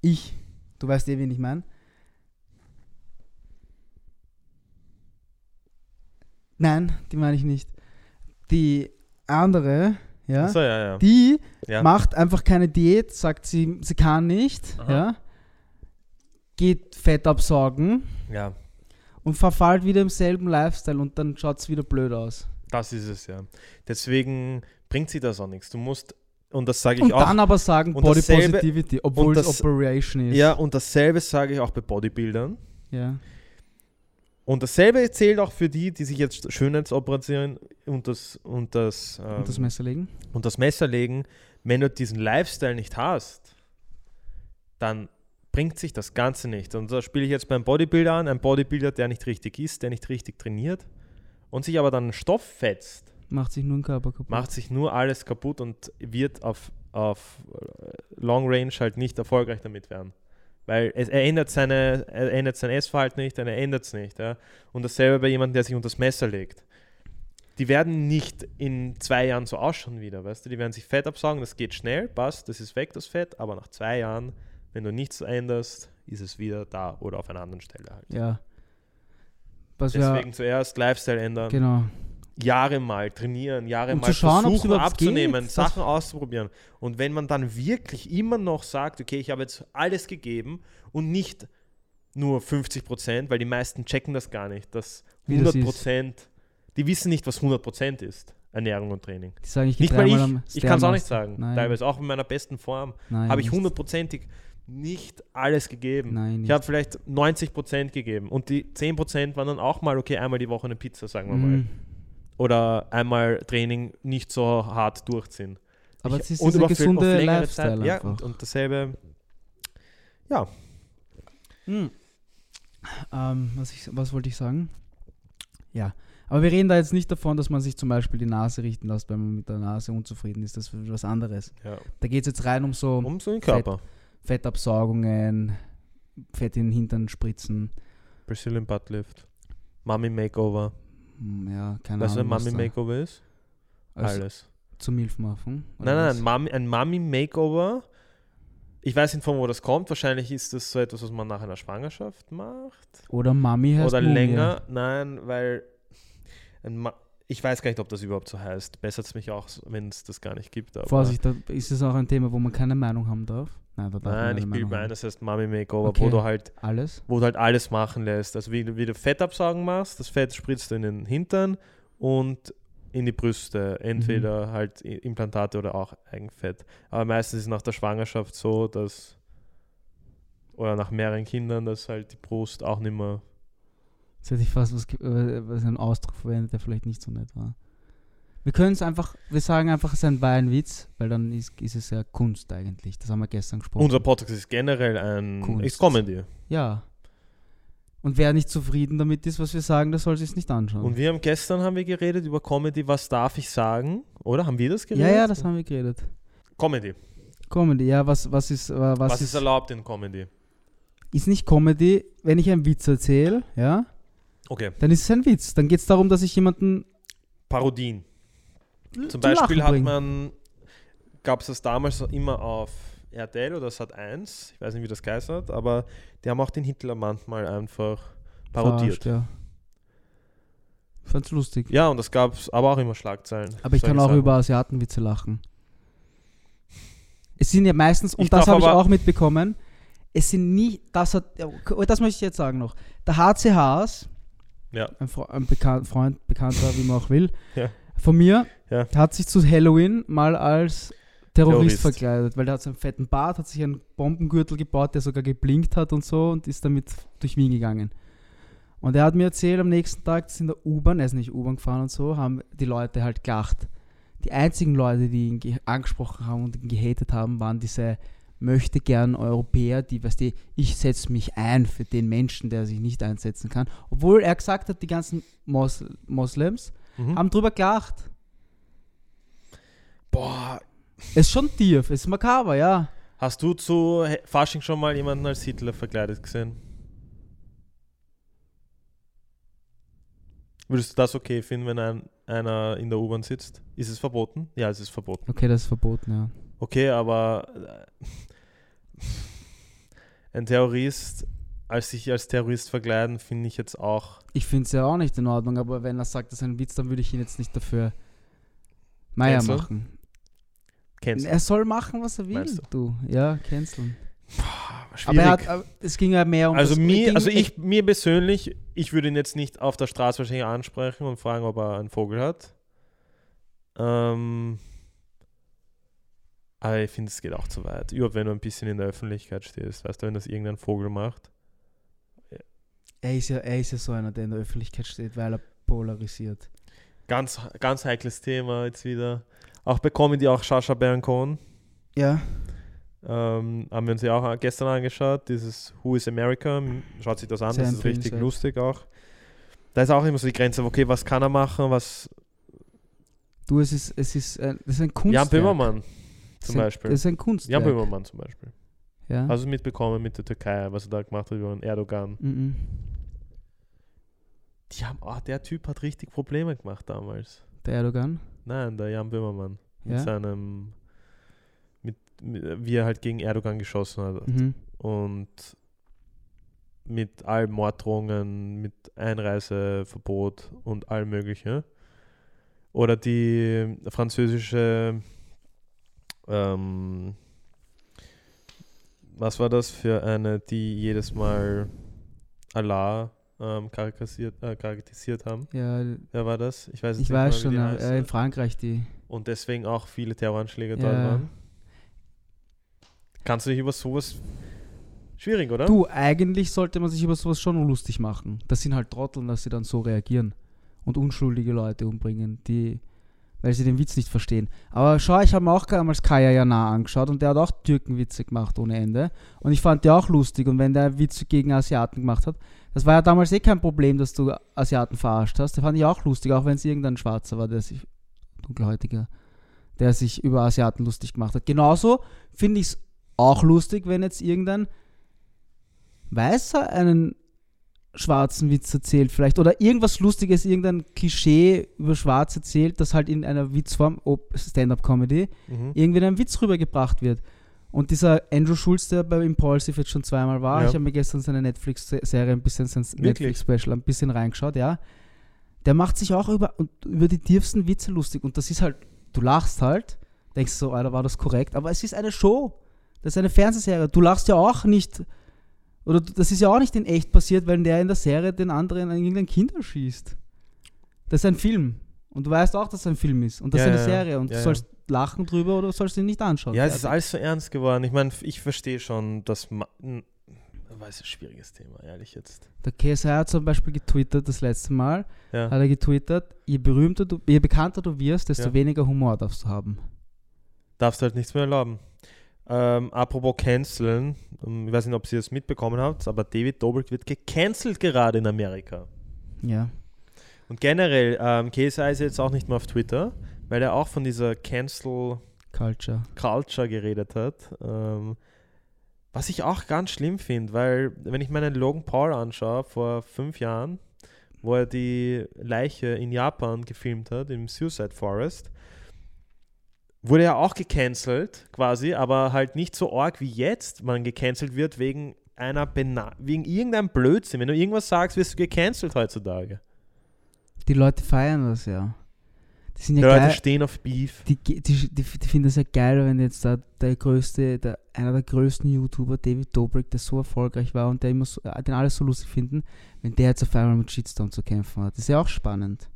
ich, du weißt eh, wen ich meine. Nein, die meine ich nicht. Die andere, ja,
So, ja, ja.
die
ja.
macht einfach keine Diät, sagt sie, sie kann nicht,
Aha.
ja, geht Fett absaugen
ja,
und verfallt wieder im selben Lifestyle und dann schaut es wieder blöd aus.
das ist es ja. Deswegen bringt sie das auch nichts. Du musst, und das sage ich
und
auch.
dann aber sagen
und
Body
dasselbe-
Positivity, obwohl
und
es
das-
Operation ist.
ja, und dasselbe sage ich auch bei Bodybuildern.
ja.
Und dasselbe zählt auch für die, die sich jetzt Schönheitsoperationen und das, und das, ähm,
Und das Messer legen.
und das Messer legen. Wenn du diesen Lifestyle nicht hast, dann bringt sich das Ganze nicht. Und da spiele ich jetzt beim Bodybuilder an, ein Bodybuilder, der nicht richtig isst, der nicht richtig trainiert und sich aber dann einen Stoff fetzt,
Macht sich nur den Körper kaputt.
macht sich nur alles kaputt und wird auf, auf äh, Long Range halt nicht erfolgreich damit werden. Weil es, er, ändert seine, er ändert sein Essverhalten nicht, er ändert es nicht. Ja? Und dasselbe bei jemandem, der sich unter das Messer legt. Die werden nicht in zwei Jahren so ausschauen wieder, weißt du? Die werden sich Fett absaugen, das geht schnell, passt, das ist weg, das Fett, aber nach zwei Jahren Wenn du nichts änderst, ist es wieder da oder auf einer anderen Stelle halt.
Ja. Was wir,
Deswegen ähm, zuerst Lifestyle ändern,
genau.
Jahre mal trainieren, Jahre
Um
mal
zu schauen, ob's
versuchen
überhaupt
abzunehmen,
geht.
Sachen auszuprobieren. Und wenn man dann wirklich immer noch sagt, okay, ich habe jetzt alles gegeben und nicht nur 50 Prozent, weil die meisten checken das gar nicht, dass
Wie das ist.
100 Prozent, die wissen nicht, was 100 Prozent ist, Ernährung und Training.
Die sagen, ich gehe
Nicht mal
dreimal am
ich, ich kann es auch nicht
Stairmaster.
sagen.
Nein.
Teilweise auch in meiner besten Form
Nein,
habe ich
nicht.
hundertprozentig nicht alles gegeben.
Nein,
Ich
nicht.
habe vielleicht 90% gegeben und die 10% waren dann auch mal, okay, einmal die Woche eine Pizza, sagen wir mal.
Mhm.
Oder einmal Training nicht so hart durchziehen.
Aber
Ich-
es ist
und
dieser
über viel- auf
gesunde
längere
Lifestyle
Zeit, ja,
einfach.
und, und dasselbe.
Hm. Ähm, was, ich, was wollte ich sagen? Ja, aber wir reden da jetzt nicht davon, dass man sich zum Beispiel die Nase richten lässt, wenn man mit der Nase unzufrieden ist. Das ist was anderes.
Ja.
Da geht es jetzt rein um so
Um so den Körper.
Fettabsaugungen, Fett in den Hintern spritzen.
Brazilian Butt Lift. Mummy Makeover.
Hm, Ja, keine
Weißt du, ein
Ahnung.
Mummy Makeover ist?
also,
Alles.
Zum Milf machen? oder
Nein,
was?
nein, Mami, ein Mummy Makeover. Ich weiß nicht, von wo das kommt. Wahrscheinlich ist das so etwas, was man nach einer Schwangerschaft macht.
Oder Mami heißt
Oder
Mumie.
länger. Nein, weil ein Ma ich weiß gar nicht, ob das überhaupt so heißt. Bessert es mich auch, wenn es das gar nicht gibt. Aber
Vorsicht, da ist es auch ein Thema, wo man keine Meinung haben darf. Nein, da darf man
Nein,
keine
ich bilde
Meinung
mir ein,
haben.
das heißt Mummy Makeover,
Okay.
wo du halt
Alles?
wo du halt alles machen lässt. Also wie, du- wie du Fett absaugen machst, das Fett spritzt du in den Hintern und in die Brüste.
Mhm.
Entweder halt I- Implantate oder auch Eigenfett. Aber meistens ist nach der Schwangerschaft so, dass oder nach mehreren Kindern, dass halt die Brust auch nicht mehr.
Jetzt hätte ich fast was, ge- äh, was einen Ausdruck verwendet, der vielleicht nicht so nett war. Wir können es einfach, wir sagen einfach, es ist ein Weinwitz, weil dann ist, ist es ja Kunst eigentlich. Das haben wir gestern gesprochen.
Unser Podcast ist generell ein
Kunst.
ist Comedy.
ja. Und wer nicht zufrieden damit ist, was wir sagen, der soll sich nicht anschauen.
Und wir haben gestern haben wir geredet über Comedy, was darf ich sagen? Oder haben wir das geredet?
ja, ja, das haben wir geredet.
Comedy.
Comedy, ja, was, was ist, äh, was,
Was,
ist,
ist erlaubt in Comedy?
ist nicht Comedy, wenn ich einen Witz erzähle, ja,
Okay,
dann ist es ein Witz. Dann geht es darum, dass ich jemanden
Parodien.
zum,
Zum Beispiel
Lachen
hat
bringe.
man, gab es das damals so immer auf RTL oder Sat 1, ich weiß nicht, wie das geheißen hat, aber die haben auch den Hitler manchmal einfach parodiert.
Verarscht, ja. Ich fand's lustig.
Ja, und das gab es aber auch immer Schlagzeilen.
Aber ich
solche
kann auch
Sachen.
über Asiatenwitze lachen. Es sind ja meistens, und
Ich
das
darf
habe ich
aber-
auch mitbekommen, es sind nie, das hat, ja, okay, das möchte ich jetzt sagen noch. Der HC Haas,
Ja.
ein, Fre ein Bekan Freund, Bekannter, wie man auch will,
Ja.
von mir,
Ja.
hat sich zu Halloween mal als Terrorist,
Terrorist.
verkleidet, weil der hat so einen fetten Bart, hat sich einen Bombengürtel gebaut, der sogar geblinkt hat und so und ist damit durch Wien gegangen. Und er hat mir erzählt, am nächsten Tag sind der U-Bahn, er ist nicht U-Bahn gefahren und so, haben die Leute halt gelacht. Die einzigen Leute, die ihn ge- angesprochen haben und ihn gehatet haben, waren diese möchte gern Europäer, die, weißt du, ich setze mich ein für den Menschen, der sich nicht einsetzen kann. Obwohl er gesagt hat, die ganzen Mos Moslems
Mhm.
haben drüber gelacht.
Boah,
Es ist schon tief, es ist makaber, ja.
hast du zu He- Fasching schon mal jemanden als Hitler verkleidet gesehen? Würdest du das okay finden, wenn ein, einer in der U-Bahn sitzt? Ist es verboten? Ja, es ist verboten.
Okay, das ist verboten, ja.
Okay, aber äh, ein Terrorist, als sich als Terrorist verkleiden, finde ich jetzt auch.
Ich finde es ja auch nicht in Ordnung, aber wenn er sagt, das ist ein Witz, dann würde ich ihn jetzt nicht dafür Meier
Cancel?
machen.
Kennst
Er soll machen, was er will,
Meinst
du. Ja, canceln.
Schwierig.
Aber er hat, aber es ging ja mehr um
also
das-
mir,
ging-
also ich mir persönlich, ich würde ihn jetzt nicht auf der Straße wahrscheinlich ansprechen und fragen, ob er einen Vogel hat. Ähm, aber ich finde, es geht auch zu weit. Überhaupt, wenn du ein bisschen in der Öffentlichkeit stehst, weißt du, wenn das irgendein Vogel macht.
Er ist, ja, er ist ja so einer, der in der Öffentlichkeit steht, weil er polarisiert.
Ganz, ganz heikles Thema jetzt wieder. Auch bei Comedy, auch Sascha Baron Cohen.
Ja.
Ähm, haben wir uns ja auch gestern angeschaut, dieses Who is America. M- Schaut sich das an,
Sehr
das ist richtig
empfehlenswert.
lustig auch. Da ist auch immer so die Grenze, okay, was kann er machen, was.
Du, es ist, es ist, ein, das ist ein Kunstwerk.
Jan Böhmermann
Es ist
zum
ein-
Beispiel.
Es ist ein Kunstwerk.
Jan Böhmermann Also zum Beispiel.
Ja.
Hast du mitbekommen mit der Türkei, was er da gemacht hat über den Erdogan?
Mhm.
Die haben, oh, der Typ hat richtig Probleme gemacht damals.
Der Erdogan.
Nein, der Jan Böhmermann. Mit
Ja.
seinem. Mit, wie er halt gegen Erdogan geschossen hat.
Mhm.
Und mit allen Morddrohungen, mit Einreiseverbot und all mögliche. Oder die französische, ähm, was war das für eine, die jedes Mal Allah ähm, karikasiert, äh, karikatisiert haben?
Ja,
Wer war das? Also Ich weiß jetzt
ich
nicht
weiß
mal,
schon,
wie die heißt.
äh, in Frankreich die.
Und deswegen auch viele Terroranschläge dort
Ja.
waren. Kannst du dich über sowas schwierig, oder?
Du, eigentlich sollte man sich über sowas schon lustig machen. Das sind halt Trotteln, dass sie dann so reagieren und unschuldige Leute umbringen, die, weil sie den Witz nicht verstehen. Aber schau, ich habe mir auch damals Kaya Jana angeschaut und der hat auch Türkenwitze gemacht ohne Ende. Und ich fand die auch lustig. Und wenn der Witze gegen Asiaten gemacht hat, das war ja damals eh kein Problem, dass du Asiaten verarscht hast. Der fand ich auch lustig, auch wenn es irgendein Schwarzer war, der sich, dunkelhäutiger, der sich über Asiaten lustig gemacht hat. Genauso finde ich es auch lustig, wenn jetzt irgendein Weißer einen schwarzen Witz erzählt vielleicht oder irgendwas Lustiges, irgendein Klischee über Schwarz erzählt, das halt in einer Witzform, ob Stand-up-Comedy,
Mhm.
irgendwie in einem Witz rübergebracht wird. Und dieser Andrew Schulz, der bei Impulsive jetzt schon zweimal war,
Ja.
ich habe mir gestern seine Netflix-Serie ein bisschen, sein
Wirklich?
Netflix-Special ein bisschen reingeschaut, ja. Der macht sich auch über, und über die tiefsten Witze lustig. Und das ist halt, du lachst halt, denkst so, Alter, war das korrekt? Aber es ist eine Show. Das ist eine Fernsehserie. Du lachst ja auch nicht, oder du- das ist ja auch nicht in echt passiert, weil der in der Serie den anderen an irgendein Kind erschießt. Das ist ein Film. Und du weißt auch, dass es ein Film ist. Und das
Ja,
ist eine
ja, ja.
Serie. Und
Ja,
du
ja.
sollst lachen drüber oder sollst du ihn nicht anschauen?
Ja, es ist
Fertig.
alles so ernst geworden. Ich meine, ich verstehe schon, dass man. Weiß ein schwieriges Thema, ehrlich jetzt.
Der KSI hat zum Beispiel getwittert das letzte Mal,
Ja,
hat er getwittert, je berühmter du, je bekannter du wirst, desto
Ja.
weniger Humor darfst du haben.
darfst halt nichts mehr erlauben. Ähm, apropos canceln, ähm, ich weiß nicht, ob ihr es mitbekommen habt, aber David Dobrik wird gecancelt gerade in Amerika.
Ja.
Und generell, ähm, KSI ist jetzt auch nicht mehr auf Twitter, weil er auch von dieser Cancel
Culture.
Culture geredet hat. Ähm, was ich auch ganz schlimm finde, weil wenn ich meinen Logan Paul anschaue vor fünf Jahren, wo er die Leiche in Japan gefilmt hat, im Suicide Forest, wurde er auch gecancelt quasi, aber halt nicht so arg wie jetzt man gecancelt wird wegen einer Bena wegen irgendeinem Blödsinn. Wenn du irgendwas sagst, wirst du gecancelt heutzutage.
Die Leute feiern das ja. Die sind
Die
ja
Leute
geil.
stehen auf Beef.
Die, ge- die, die, die finden es ja geil, wenn jetzt da der größte, der, einer der größten YouTuber, David Dobrik, der so erfolgreich war und der immer so, den alle so lustig finden, wenn der jetzt auf einmal mit Shitstorm zu kämpfen hat. Das ist ja auch spannend.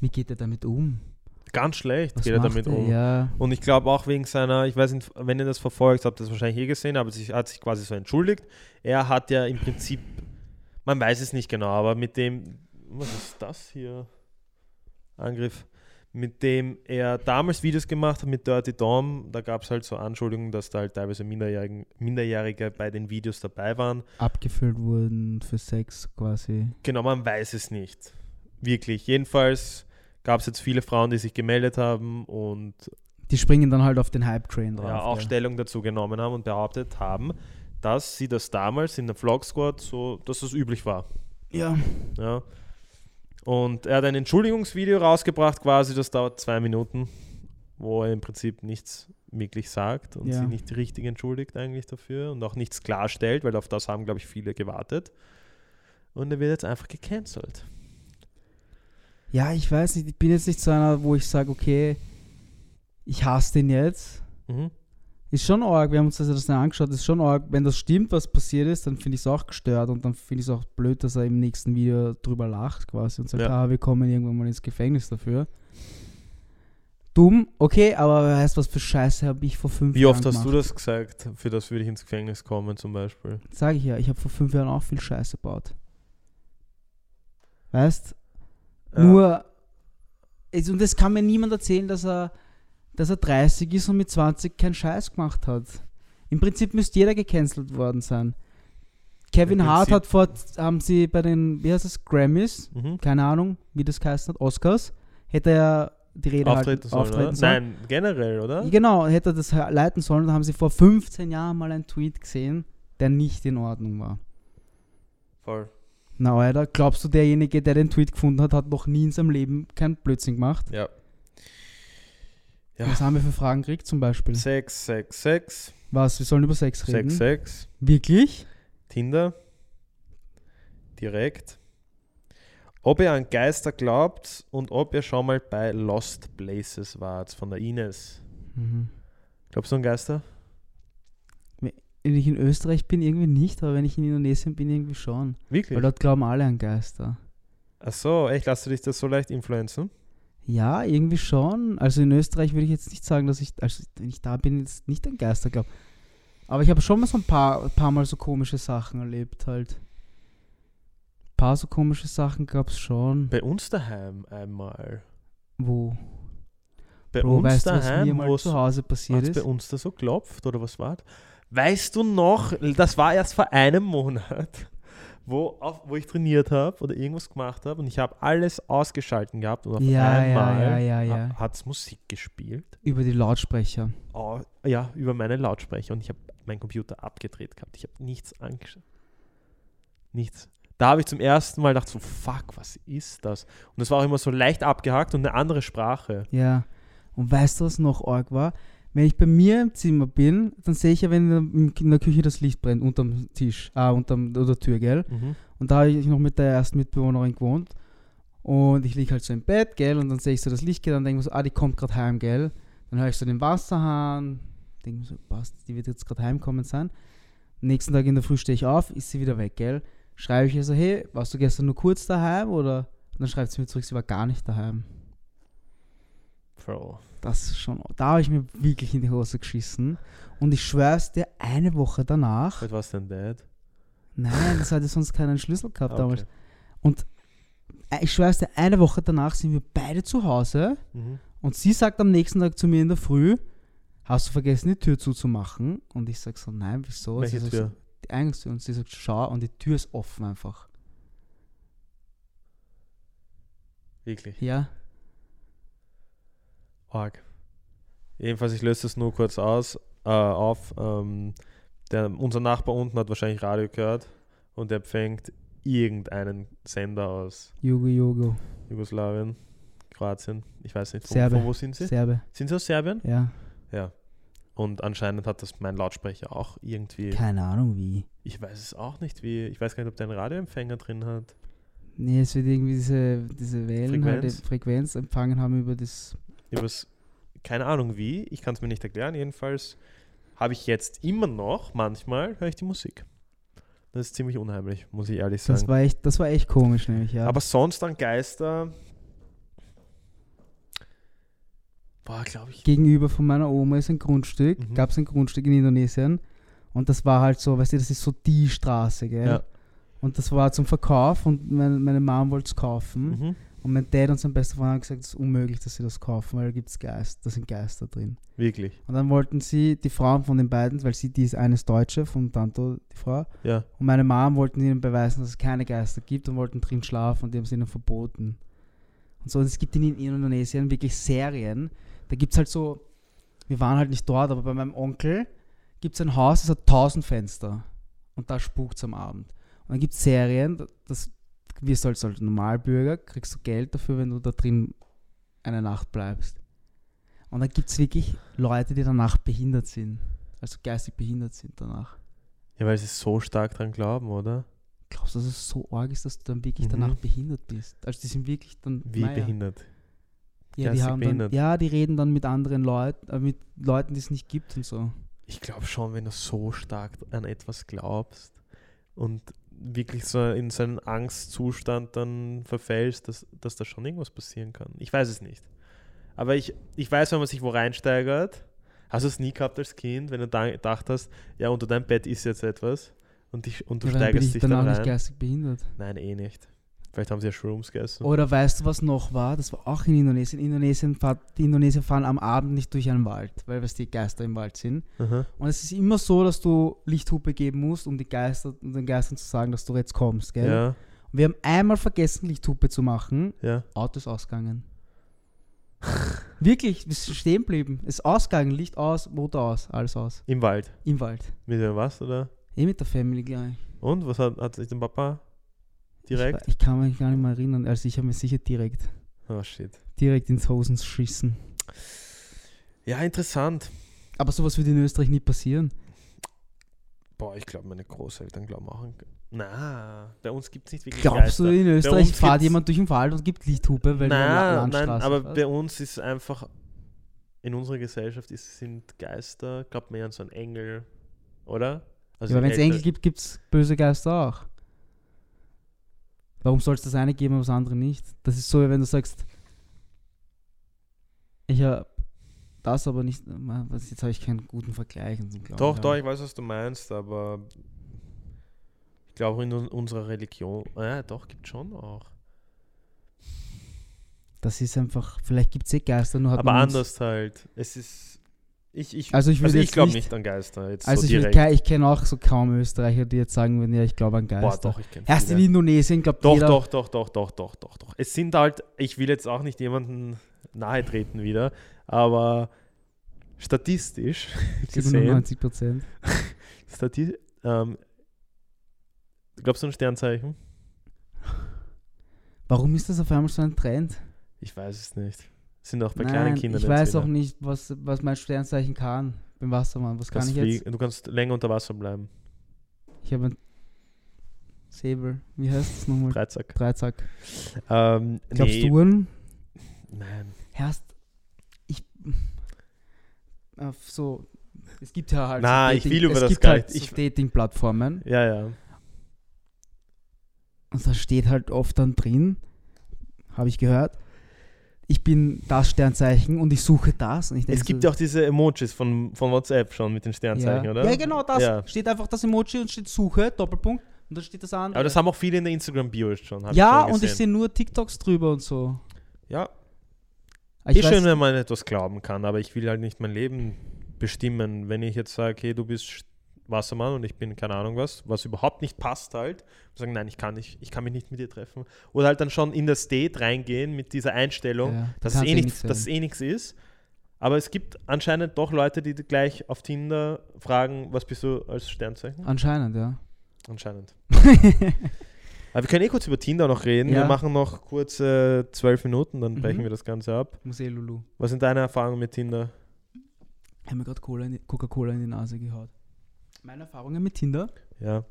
Wie geht er damit um?
Ganz schlecht
Was
geht er
macht
damit
er?
um.
Ja.
Und ich glaube auch wegen seiner, ich weiß nicht, wenn ihr das verfolgt habt, ihr das wahrscheinlich eh gesehen, aber sich hat sich quasi so entschuldigt. Er hat ja im Prinzip, man weiß es nicht genau, aber mit dem, was ist das hier? Angriff, mit dem er damals Videos gemacht hat mit Dirty Dom, da gab es halt so Anschuldigungen, dass da halt teilweise Minderjährigen, Minderjährige bei den Videos dabei waren.
abgefüllt wurden für Sex quasi.
Genau, man weiß es nicht. Wirklich. Jedenfalls gab es jetzt viele Frauen, die sich gemeldet haben und
Die springen dann halt auf den Hype-Train drauf.
ja, auch Stellung dazu genommen haben und behauptet haben, dass sie das damals in der Vlog Squad so, dass das üblich war.
Ja.
Ja. Und er hat ein Entschuldigungsvideo rausgebracht, quasi, das dauert zwei Minuten, wo er im Prinzip nichts wirklich sagt und
Ja.
sie nicht richtig entschuldigt eigentlich dafür und auch nichts klarstellt, weil auf das haben, glaube ich, viele gewartet. Und er wird jetzt einfach gecancelt.
ja, ich weiß nicht, ich bin jetzt nicht so einer, wo ich sage, okay, ich hasse den jetzt.
Mhm.
Ist schon arg, wir haben uns das, das dann angeschaut, ist schon arg, wenn das stimmt, was passiert ist, dann finde ich es auch gestört und dann finde ich es auch blöd, dass er im nächsten Video drüber lacht quasi und sagt,
Ja.
ah, wir kommen irgendwann mal ins Gefängnis dafür. Dumm, okay, aber wer weiß, was für Scheiße habe ich vor fünf
Wie
Jahren
oft hast du
gemacht.
das gesagt? Für das würde ich ins Gefängnis kommen, zum Beispiel.
Sag ich ja, ich habe vor fünf Jahren auch viel Scheiße gebaut. Weißt? Nur, es, und es kann mir niemand erzählen, dass er, dass er 30 ist und mit 20 keinen Scheiß gemacht hat. Im Prinzip müsste jeder gecancelt worden sein. Kevin
Im
Hart
Prinzip-
hat vor, haben sie bei den, wie heißt das, Grammys,
Ja. Mhm.
keine Ahnung, wie das geheißen hat, Oscars, hätte er die Rede
Auftreten
halten,
sollen,
auftreten ne?
oder?
sollen.
Nein, generell, oder?
Genau, hätte er das leiten sollen, da haben sie vor 15 Jahren mal einen Tweet gesehen, der nicht in Ordnung war.
Voll.
Na, Alter, glaubst du, derjenige, der den Tweet gefunden hat, hat noch nie in seinem Leben keinen Blödsinn gemacht?
Ja. Ja.
Was haben wir für Fragen gekriegt zum Beispiel?
666,
Was? Wir sollen über Sex reden?
66,
Wirklich?
Tinder, direkt. Ob ihr an Geister glaubt und ob ihr schon mal bei Lost Places wart, von der Ines.
Mhm.
Glaubst du an Geister?
Wenn ich in Österreich bin, irgendwie nicht, aber wenn ich in Indonesien bin, irgendwie schon.
Wirklich?
Weil dort glauben alle an Geister.
Ach so, echt, lass du dich das so leicht influenzen?
Ja, irgendwie schon. Also in Österreich würde ich jetzt nicht sagen, dass ich, also wenn ich da bin, jetzt nicht an Geister glaube. Aber ich habe schon mal so ein paar, paar Mal so komische Sachen erlebt halt. Ein paar so komische Sachen gab es schon.
Bei uns daheim einmal.
Wo?
Bei
Bro,
uns
weißt du, was mir
daheim,
mal zu Hause passiert
Hat bei
ist?
uns da so klopft oder was war? Weißt du noch, das war erst vor einem Monat, wo, auf, wo ich trainiert habe oder irgendwas gemacht habe und ich habe alles ausgeschalten gehabt und auf
Ja, ja,
einmal Ah.
ja, ja, ja.
hat es Musik gespielt.
Über die Lautsprecher.
Au- ja, über meine Lautsprecher und ich habe meinen Computer abgedreht gehabt. Ich habe nichts angeschaut. Nichts. Da habe ich zum ersten Mal gedacht, so fuck, was ist das? Und es war auch immer so leicht abgehakt und eine andere Sprache.
Ja. Und weißt du, was noch arg war? Wenn ich bei mir im Zimmer bin, dann sehe ich ja, wenn in der- in der Küche das Licht brennt, unterm Tisch, ah, unterm, unter der Tür, gell? Und da habe ich noch mit der ersten Mitbewohnerin gewohnt. Und ich liege halt so im Bett, gell? Und dann sehe ich so das Licht, gell? Dann denke ich mir so, ah, die kommt gerade heim, gell? Dann höre ich so den Wasserhahn. Denke mir so, passt, die wird jetzt gerade heimkommen sein. Am nächsten Tag in der Früh stehe ich auf, ist sie wieder weg, gell? Schreibe ich ihr so, hey, warst du gestern nur kurz daheim oder? Und dann schreibt sie mir zurück, sie war gar nicht daheim.
Bro.
Das ist schon, da habe ich mir wirklich in die Hose geschissen. Und ich schwör's dir, eine Woche danach,
Was war's denn, Dad?
nein, das hatte sonst keinen Schlüssel gehabt
Ah,
damals.
okay.
Äh, Ich schwör's dir, eine Woche danach sind wir beide zu Hause
Mhm.
und sie sagt am nächsten Tag zu mir in der Früh, hast du vergessen, die Tür zuzumachen? Und ich sag so, nein, wieso?
Welche
sie sagt
Tür?
So, die Eingangstür. Und sie sagt, schau, und die Tür ist offen einfach.
Wirklich.
Ja,
Arg. Jedenfalls, ich löse das nur kurz aus, äh, auf. Ähm, der, unser Nachbar unten hat wahrscheinlich Radio gehört und der fängt irgendeinen Sender aus
Jugo, Jugo,
Jugoslawien, Kroatien, ich weiß nicht, von,
Serbe.
von wo sind sie?
Serbe,
Sind sie aus Serbien?
ja.
Und anscheinend hat das mein Lautsprecher auch irgendwie.
Keine Ahnung wie.
Ich weiß es auch nicht, wie. Ich weiß gar nicht, ob der einen Radioempfänger drin hat.
Nee, es wird irgendwie diese, diese Wellen, Frequenz.
Frequenz?
Halt, Frequenz empfangen haben über das
Übers, keine Ahnung wie, ich kann es mir nicht erklären. Jedenfalls habe ich jetzt immer noch, manchmal höre ich die Musik. Das ist ziemlich unheimlich, muss ich ehrlich
Das
sagen.
war echt, das war echt komisch, nämlich, ja.
Aber sonst an Geister. Boah, glaube ich.
Gegenüber von meiner Oma ist ein Grundstück,
Mhm.
gab es ein Grundstück in Indonesien und das war halt so, weißt du, das ist so die Straße, gell?
Ja.
Und das war zum Verkauf und meine, meine Mom wollte es kaufen
Mhm.
und mein Dad und sein bester Freund haben gesagt, es ist unmöglich, dass sie das kaufen, weil da gibt es Geist, da sind Geister drin.
Wirklich.
Und dann wollten sie, die Frauen von den beiden, weil sie, die ist eines Deutsche, von Tanto, die Frau,
Ja.
und meine Mom wollten ihnen beweisen, dass es keine Geister gibt und wollten drin schlafen und die haben es ihnen verboten. Und so, und es gibt in Indonesien wirklich Serien. Da gibt es halt so, wir waren halt nicht dort, aber bei meinem Onkel gibt es ein Haus, das hat 1000 Fenster. Und da spukt es am Abend. Und dann gibt es Serien, da- das wirst du als halt Normalbürger, kriegst du Geld dafür, wenn du da drin eine Nacht bleibst. Und dann gibt es wirklich Leute, die danach behindert sind. Also geistig behindert sind danach.
Ja, weil sie so stark dran glauben, oder?
Glaubst du, dass es so arg ist, dass du dann wirklich
Mhm.
danach behindert bist? Also die sind wirklich dann
Wie
naja.
behindert.
Ja, die
Geistig
haben dann,
behindert.
ja, die reden dann mit anderen Leuten, äh, mit Leuten, die es nicht gibt und so.
Ich glaube schon, wenn du so stark an etwas glaubst und wirklich so in so einen Angstzustand dann verfällst, dass, dass da schon irgendwas passieren kann. Ich weiß es nicht. Aber ich, ich weiß, wenn man sich wo reinsteigert, hast du es nie gehabt als Kind, wenn du da gedacht hast, ja, unter deinem Bett ist jetzt etwas und, dich, und du
Ja, dann bin ich
steigerst dich
danach
dann
nicht
rein.
geistig behindert.
Nein, eh nicht. Vielleicht haben sie ja Shrooms gegessen.
Oder weißt du, was noch war? Das war auch in Indonesien. Indonesien fahr, die Indonesier fahren am Abend nicht durch einen Wald, weil was die Geister im Wald sind.
Aha.
Und es ist immer so, dass du Lichthupe geben musst, um die Geister, um den Geistern zu sagen, dass du jetzt kommst, gell?
Ja,
Wir haben einmal vergessen, Lichthupe zu machen
ja.
Auto ist ausgegangen. Wirklich, wir sind stehen geblieben. Ist ausgegangen, Licht aus, Motor aus, alles aus.
Im Wald.
Im Wald.
Mit dem was, oder?
Eh mit der Family gleich.
Und? Was hat, hat sich dein Papa direkt?
Ich, ich kann mich gar nicht mehr erinnern. Also ich habe mir sicher direkt,
Oh shit.
direkt ins Hosen geschissen.
Ja, interessant.
Aber sowas würde in Österreich nie passieren.
Boah, ich glaube, meine Großeltern glauben auch an. Ge- Na, bei uns gibt es nicht wirklich
Glaubst du,
Geister.
in Österreich
uns
fährt
gibt's-
jemand durch den Wald und gibt Lichthupe, weil wir La-
Nein, nein,
Landstraße
aber
fahren?
bei uns ist einfach, in unserer Gesellschaft ist, sind Geister, glaube mehr an so einen Engel, oder? Also
ja, aber wenn es
älter-
Engel gibt, gibt es böse Geister auch. Warum soll es das eine geben und das andere nicht? Das ist so, wie wenn du sagst, ich habe das aber nicht. Ma, was- Jetzt habe ich keinen guten Vergleich. und so, glaub
Doch,
ich,
doch,
aber-
ich weiß, was du meinst, aber ich glaube in un- unserer Religion, ja, doch, gibt schon auch.
Das ist einfach, vielleicht gibt es eh Geister, nur hat
aber
man uns-
anders halt. Es ist, ich, ich,
Also ich würde
also ich
jetzt
glaube
nicht-
nicht an Geister, jetzt
Also
so
ich, will
direkt.
ke- ich kenne auch so kaum Österreicher, die jetzt sagen würden, ja, ich glaube an
Boah,
Geister.
doch, ich kenne
Erst in Indonesien glaubt
Doch,
jeder.
doch, doch, doch, doch, doch, doch, doch. Es sind halt, ich will jetzt auch nicht jemanden nahe treten wieder, aber statistisch gesehen,
97 Prozent.
stati ähm, glaubst du an Sternzeichen?
Warum ist das auf einmal so ein Trend?
Ich weiß es nicht. Sind auch bei
Nein,
kleinen Kindern
ich weiß
jetzt
auch
wieder.
nicht, was, was mein Sternzeichen kann. Bin Wassermann, was
Du
kann
kannst
ich jetzt?
fliegen- Du kannst länger unter Wasser bleiben.
Ich habe ein Säbel. Wie heißt das nochmal?
Dreizack.
Dreizack.
Ähm,
Hm. Glaubst
nee,
du an?
Nein.
Erst ich auf so es gibt ja halt
Na,
so
ich will über
es
das
gibt
gar
halt
nicht. Ich-
so Dating Plattformen
Ja, ja.
und da steht halt oft dann drin, habe ich gehört. Ich bin das Sternzeichen und ich suche das und ich denke
Es gibt
so,
ja auch diese Emojis von, von WhatsApp schon mit den Sternzeichen,
ja.
oder?
Ja, genau das.
Ja.
Steht einfach das Emoji und steht Suche, Doppelpunkt und dann steht das andere.
Aber das haben auch viele in der Instagram-Bio jetzt schon. hab ich
ja,
schon
und ich
gesehen.
sehe nur TikToks drüber und so.
Ja,
Aber Ich
ist schön,
weiß,
wenn man etwas glauben kann, aber ich will halt nicht mein Leben bestimmen. Wenn ich jetzt sage, hey, du bist Sch- Wassermann und ich bin keine Ahnung was, was überhaupt nicht passt halt, und sagen, nein, ich kann nicht, ich kann mich nicht mit dir treffen. Oder halt dann schon in das Date reingehen mit dieser Einstellung,
Ja, du
dass, es
kannst
eh
eh
nicht,
nichts
dass es eh nichts ist. Aber es gibt anscheinend doch Leute, die gleich auf Tinder fragen, was bist du als
Ah.
Sternzeichen?
anscheinend, ja.
Anscheinend. Aber wir können eh kurz über Tinder noch reden.
Ja.
Wir machen noch kurze zwölf Minuten, dann
Mhm.
brechen wir das Ganze ab.
Muss eh Lulu.
Was sind deine Erfahrungen mit Tinder?
Ich habe mir gerade Cola in die- Coca-Cola in die Nase gehaut. Meine Erfahrungen mit Tinder?
Ja.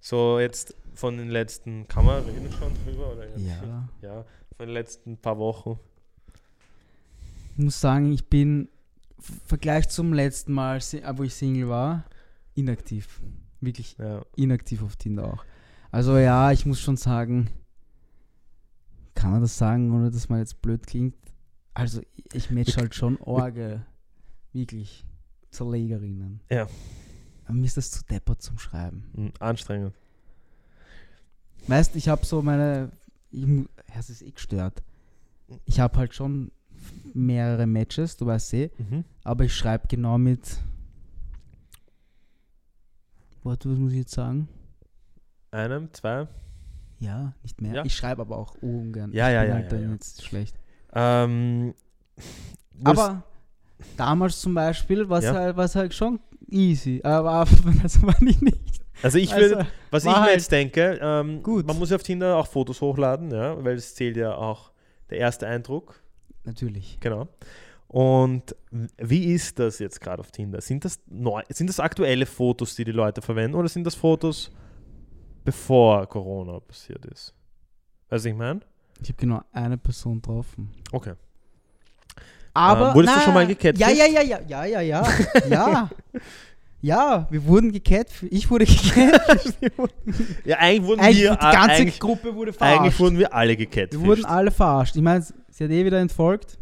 So, jetzt von den letzten, kann man reden schon drüber? Oder jetzt? Ja, von den letzten paar Wochen.
Ich muss sagen, ich bin im Vergleich zum letzten Mal, si- äh, wo ich Single war, inaktiv. Wirklich
Ja.
inaktiv auf Tinder auch. Also ja, ich muss schon sagen, kann man das sagen, ohne dass man jetzt blöd klingt? Also ich match halt schon Orge. Wirklich. Zerlegerinnen.
Ja.
Aber mir ist das zu deppert zum Schreiben.
Mm, Anstrengend.
Weißt, ich habe so meine. Ich, mu- ja, es ist eh gestört. Ich habe halt schon mehrere Matches, du weißt eh, aber ich schreibe genau mit. Warte, was muss ich jetzt sagen?
Einem, zwei.
Ja, nicht mehr.
Ja.
Ich schreibe aber auch ungern.
Ja,
ich
ja,
bin
ja,
halt
ja,
dann
ja.
jetzt schlecht.
Ähm,
Aber damals zum Beispiel war es
Ja.
halt, war's halt schon easy, aber das war nicht. nicht.
also ich
Also,
würde, was ich
war
mir
halt
jetzt denke, ähm,
gut.
man muss ja auf Tinder auch Fotos hochladen, ja, weil es zählt ja auch der erste Eindruck.
Natürlich.
Genau. Und w- wie ist das jetzt gerade auf Tinder? Sind das, neu, sind das aktuelle Fotos, die die Leute verwenden, oder sind das Fotos, bevor Corona passiert ist? Weißt du, was ich meine?
Ich habe genau eine Person getroffen.
Okay.
Aber
Ähm, wurdest du
na,
schon mal gecatfished?
Ja, ja, ja, ja, ja, ja, ja, ja. Ja, wir wurden gecatfished. Ich wurde gecatfished.
Ja, eigentlich wurden
eigentlich,
wir
die
a-
ganze
eigentlich,
Gruppe wurde verarscht.
eigentlich wurden wir alle
wir
gecatfished.
wurden alle verarscht. Ich meine, sie hat eh wieder entfolgt.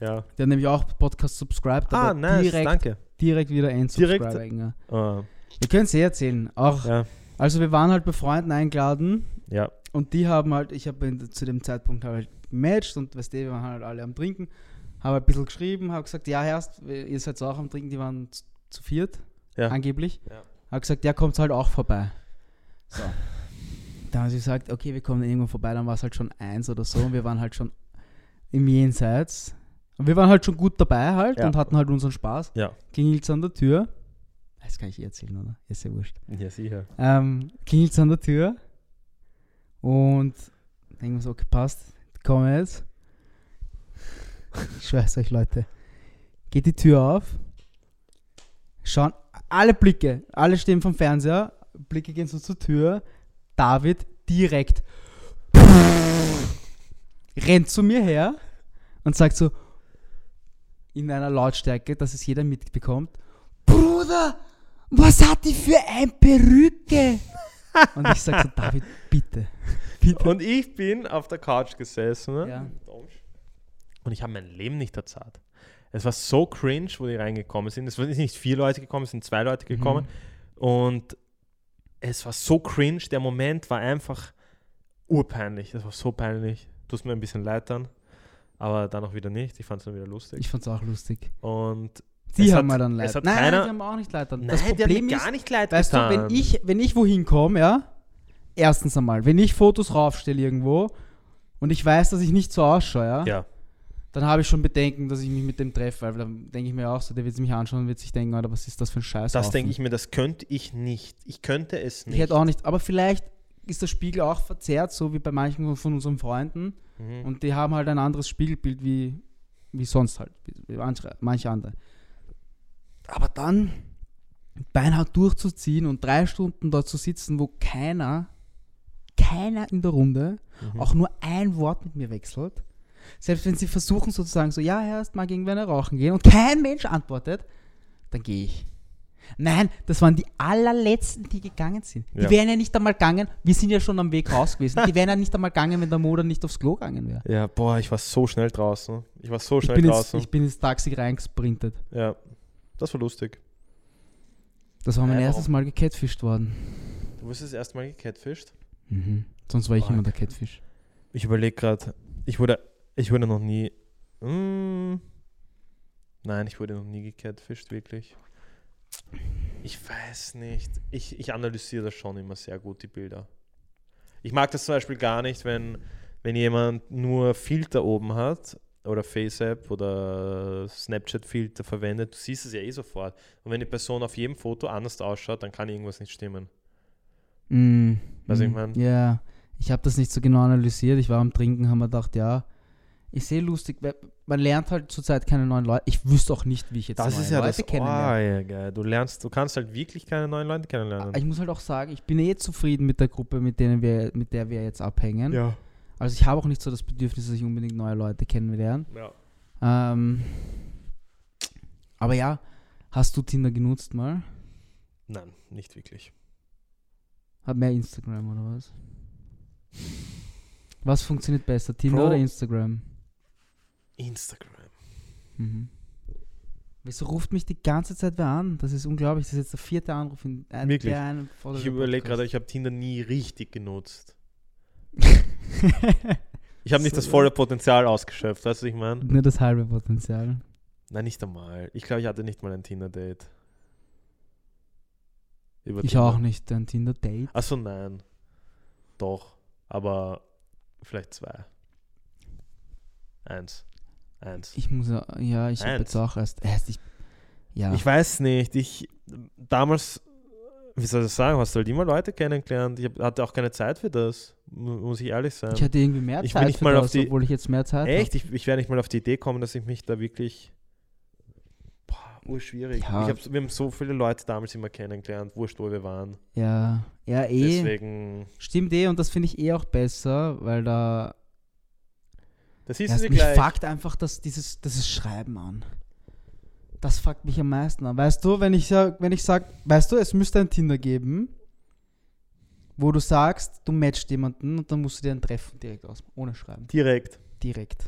ja.
Der hat nämlich auch Podcast subscribed, aber
Ah, nice,
direkt,
danke.
direkt wieder
Direkt-
entsubscribing.
Ah,
Wir können es eh erzählen. Auch,
ja,
Also wir waren halt bei Freunden eingeladen
ja.
und die haben halt, ich habe zu dem Zeitpunkt halt gematcht und weißt du, wir waren halt alle am Trinken. Habe ein bisschen geschrieben, habe gesagt, ja, Herst, ihr seid so auch am Trinken, die waren zu, zu viert.
ja.
angeblich.
Ja.
Hat gesagt, ja, kommt halt auch vorbei. So. Dann haben sie gesagt, okay, wir kommen irgendwann vorbei, dann war es halt schon eins oder so und wir waren halt schon im Jenseits. Und wir waren halt schon gut dabei halt
Ja.
und hatten halt unseren Spaß.
Ja.
Klingelt an der Tür. Das kann ich eh erzählen, oder? Ist ja wurscht.
Ja, sicher.
Ähm, Klingelt an der Tür und denken wir so, okay, passt, komme jetzt. Ich schwör's euch, Leute. geht die Tür auf, schauen alle Blicke, alle stehen vom Fernseher, Blicke gehen so zur Tür, David direkt rennt zu mir her und sagt so in einer Lautstärke, dass es jeder mitbekommt, Bruder, was hat die für ein Perücke? und ich sag so, David, bitte.
Und ich bin auf der Couch gesessen. Ne?
Ja.
Und ich habe mein Leben nicht erzahlt. Es war so cringe, wo die reingekommen sind. Es sind nicht vier Leute gekommen, es sind zwei Leute gekommen. Und es war so cringe. Der Moment war einfach urpeinlich. Das war so peinlich. Tut mir ein bisschen leid dann. Aber dann auch wieder nicht. Ich fand es dann wieder lustig.
Ich fand's auch lustig.
Und
Die
Es
haben
hat-
mir dann leid.
es hat
nein,
keiner-
die haben mir auch nicht leid. Dann.
nein,
das
der hat
Problem
mir
ist,
gar nicht leid
weißt du,
getan.
wenn ich, wenn ich wohin komme, ja, erstens einmal, wenn ich Fotos raufstelle irgendwo und ich weiß, dass ich nicht so ausschaue, ja,
Ja.
dann habe ich schon Bedenken, dass ich mich mit dem treffe, weil dann denke ich mir auch so, der wird sich mich anschauen und wird sich denken, Alter, was ist das für ein Scheiß?
Das denke ich mir, das könnte ich nicht. Ich könnte es
Ich
nicht.
hätte auch nicht, aber vielleicht ist der Spiegel auch verzerrt, so wie bei manchen von unseren Freunden.
Mhm.
Und die haben halt ein anderes Spiegelbild wie, wie sonst halt, wie manche, manche andere. Aber dann beinhart durchzuziehen und drei Stunden dort zu sitzen, wo keiner, keiner in der Runde
Mhm.
auch nur ein Wort mit mir wechselt. Selbst wenn sie versuchen sozusagen so, ja, erst mal gegen Werner rauchen gehen und kein Mensch antwortet, dann gehe ich. Nein, das waren die allerletzten, die gegangen sind. Die
Ja.
wären ja nicht einmal gegangen, wir sind ja schon am Weg raus gewesen, die wären ja nicht einmal gegangen, wenn der Moder nicht aufs Klo gegangen wäre.
Ja, boah, ich war so schnell draußen. Ich war so
Ich
schnell
bin, ins,
draußen.
ich bin ins Taxi reingesprintet.
ja, das war lustig.
Das war mein
Hä,
erstes
warum?
Mal gecatfischt worden.
Du wirst das erste Mal gecatfischt?
Mhm. Sonst war ich
Fuck.
immer der Catfish.
Ich überlege gerade, ich wurde, ich wurde noch nie. Mm, nein, ich wurde noch nie gecatfischt, wirklich. Ich weiß nicht. Ich, ich analysiere das schon immer sehr gut, die Bilder. Ich mag das zum Beispiel gar nicht, wenn, wenn jemand nur Filter oben hat oder FaceApp oder Snapchat-Filter verwendet. Du siehst es ja eh sofort. Und wenn die Person auf jedem Foto anders ausschaut, dann kann irgendwas nicht stimmen.
Mm.
Weiß ich
mm,
mein?
Ja, ich habe das nicht so genau analysiert. Ich war am Trinken, haben mir gedacht, ja, ich sehe lustig, weil man lernt halt zurzeit keine neuen Leute. Ich wüsste auch nicht, wie ich jetzt
Das
neue
ist ja
Leute
das
kennenlerne.
Orge. Du lernst, du kannst halt wirklich keine neuen Leute kennenlernen.
Aber Ich muss halt auch sagen, ich bin eh zufrieden mit der Gruppe, mit, denen wir, mit der wir jetzt abhängen.
Ja.
Also ich habe auch nicht so das Bedürfnis, dass ich unbedingt neue Leute kennenlerne.
ja.
Ähm, aber ja, hast du Tinder genutzt mal?
Nein, nicht wirklich.
Hat mehr Instagram oder was? Was funktioniert besser, Tinder oder Instagram?
Instagram.
Mhm. Wieso ruft mich die ganze Zeit wer an? Das ist unglaublich. Das ist jetzt der vierte Anruf in ein,
Wirklich?
der einen vor
Ich
dem
überlege gerade,
Podcast.
ich habe Tinder nie richtig genutzt. Ich habe nicht
So
das
gut.
volle Potenzial ausgeschöpft, weißt du, was ich meine?
Nur das halbe Potenzial.
Nein, nicht einmal. Ich glaube, ich hatte nicht mal ein Tinder-Date. Über
Ich
Tinder.
auch nicht. Ein Tinder-Date.
Achso, nein. Doch. Aber vielleicht zwei. Eins. Eins.
Ich muss ja, ja, ich habe
Eins.
jetzt auch erst, erst ich, ja.
Ich weiß nicht. Ich damals, wie soll ich das sagen, hast du halt immer Leute kennengelernt. Ich hab, hatte auch keine Zeit für das, mu- muss ich ehrlich sein.
Ich hatte irgendwie mehr
Ich bin
Zeit
nicht
für
mal auf
das,
die-
obwohl ich jetzt mehr Zeit
Echt? Ich, ich wäre nicht mal auf die Idee kommen, dass ich mich da wirklich. Boah, urschwierig.
Ja.
Ich hab, wir haben so viele Leute damals immer kennengelernt, wurscht, wo wir waren.
hab. Ja, ja eh.
Deswegen.
Stimmt eh und das finde ich eh auch besser, weil da
Das hieß
Ja,
sie
es mich
gleich.
fuckt einfach das, dieses, dieses Schreiben an. Das fuckt mich am meisten an. Weißt du, wenn ich, sa- wenn ich sag, weißt du, es müsste ein Tinder geben, wo du sagst, du matchst jemanden und dann musst du dir ein Treffen direkt aus, ohne Schreiben,
Direkt.
direkt.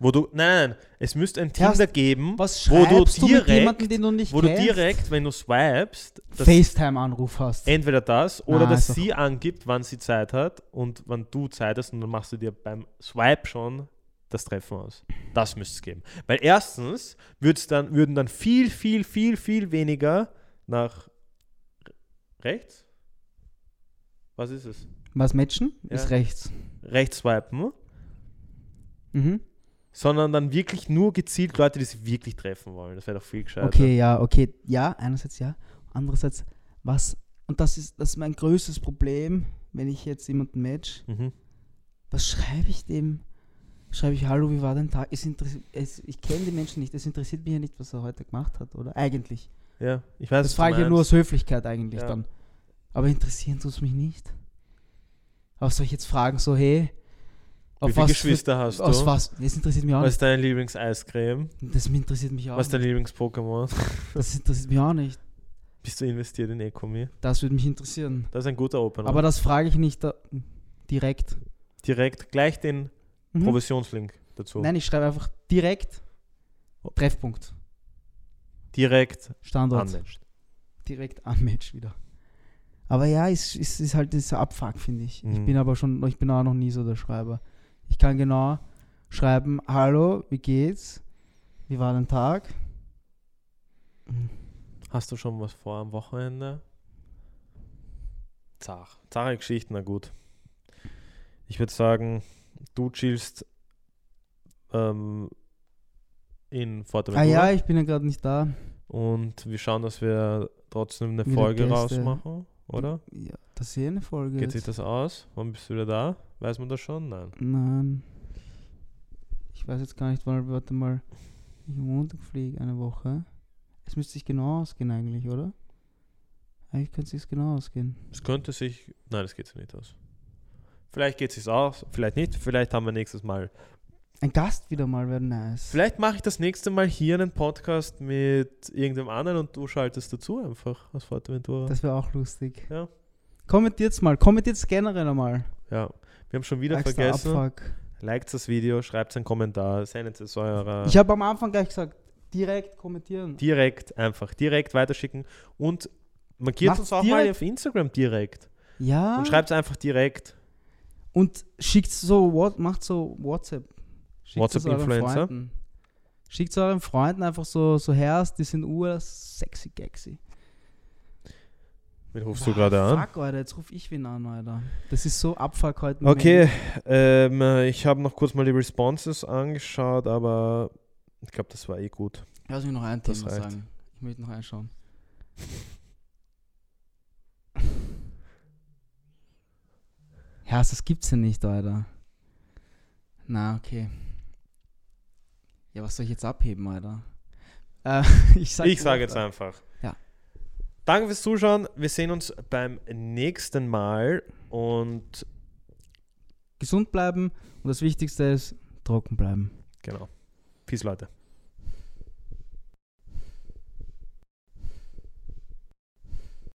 Wo du. Nein, nein, es müsste ein
Ja,
Tinder geben,
Was
Wo
schreibst
du
du mit
direkt-
jemandem, den du nicht
wo du
kennst?
direkt, wenn du swipest, das
FaceTime-Anruf hast.
Entweder das oder
Na,
dass
ist doch-
sie angibt, wann sie Zeit hat und wann du Zeit hast und dann machst du dir beim Swipe schon das Treffen aus. Das müsste es geben. Weil erstens würd's dann, würden dann viel, viel, viel, viel weniger nach rechts? Was ist es?
Was matchen?
Ja.
Ist rechts.
Rechts swipen,
Mhm.
sondern dann wirklich nur gezielt Leute, die sie wirklich treffen wollen. Das wäre doch viel gescheiter.
Okay, ja, okay. Ja, einerseits ja. Andererseits, was, und das ist, das ist mein größtes Problem, wenn ich jetzt jemanden match,
Mhm.
was schreibe ich dem? schreibe ich, hallo, wie war dein Tag? Es interessiert, es, ich kenne die Menschen nicht, es interessiert mich ja nicht, was er heute gemacht hat, oder? Eigentlich.
Ja, ich weiß
Das
was du
frage ich ja nur
meinst.
aus Höflichkeit eigentlich
Ja.
dann. Aber interessieren tut es mich nicht. Aber soll ich jetzt fragen, so, hey,
Wie viele Geschwister hast
für, aus
du?
was? Das interessiert mich auch
Was
nicht.
ist deine Lieblingseiscreme?
Das interessiert mich auch
Was ist
nicht.
dein Lieblings-Pokémon?
Das interessiert mich auch nicht.
Bist du investiert in Ecomi?
Das würde mich interessieren.
Das ist ein guter Opener.
Aber das frage ich nicht da, direkt.
Direkt gleich den
Mhm.
Provisionslink dazu.
Nein, ich schreibe einfach direkt Oh. Treffpunkt,
Direkt
Standort.
anwendest.
direkt unmatch wieder. Aber ja, ist, ist, ist halt dieser Abfuck, finde ich. Ich
Mhm.
bin aber schon, ich bin auch noch nie so der Schreiber. Ich kann genau schreiben, hallo, wie geht's? Wie war dein Tag? Mhm.
Hast du schon was vor am Wochenende? Zach. Zache Geschichten, na gut. Ich würde sagen, du chillst ähm, in
Ah
Fortaventura
ja, ich bin ja gerade nicht da.
und wir schauen, dass wir trotzdem eine
Wieder
Folge
Gäste.
rausmachen, oder?
Ja, das ist eh eine Folge.
Geht sich
jetzt.
das aus? Wann bist du wieder da? Weiß man das schon? Nein.
Nein. Ich weiß jetzt gar nicht, weil, warte mal, ich am Montag fliege eine Woche. Es müsste sich genau ausgehen eigentlich, oder? Eigentlich könnte es sich genau ausgehen.
Es könnte sich. Nein, das geht sich nicht aus. Vielleicht geht es sich aus, vielleicht nicht. Vielleicht haben wir nächstes Mal.
Ein Gast wieder mal wäre nice.
Vielleicht mache ich das nächste Mal hier einen Podcast mit irgendeinem anderen und du schaltest dazu einfach aus Fortaventura.
Das wäre auch lustig.
Ja.
Kommentiert's mal, kommentiert's generell einmal.
ja. Wir haben schon wieder
Extra
vergessen.
Abfuck.
Liked das Video, schreibt einen Kommentar, sendet es eurer.
Ich habe am Anfang gleich gesagt, direkt kommentieren.
direkt, einfach direkt weiterschicken und markiert
Macht's
uns auch mal
direkt. Ah.
auf Instagram direkt.
ja.
Und schreibt es einfach direkt.
Und schickt so, what, macht so WhatsApp. Schickt's
WhatsApp-Influencer.
Freunden. Schickt euren Freunden einfach so, so her, die sind ur sexy gaxy.
Wen rufst du gerade an?
Fuck, Alter, jetzt ruf ich wen an, Alter. Das ist so Abfuck heute. mit
Okay,
Männern.
ähm, äh, ich habe noch kurz mal die Responses angeschaut, aber ich glaube, das war eh gut.
Lass mich noch ein
Das
Thema
reicht.
sagen. Ich möchte noch einschauen. ja, das gibt's ja nicht, Alter. Na, okay. Ja, was soll ich jetzt abheben, Alter? Äh, ich sag
ich sage jetzt
einfach.
einfach.
Ja.
Danke fürs Zuschauen. Wir sehen uns beim nächsten Mal und
Gesund bleiben und das Wichtigste ist, trocken bleiben.
genau. Peace, Leute.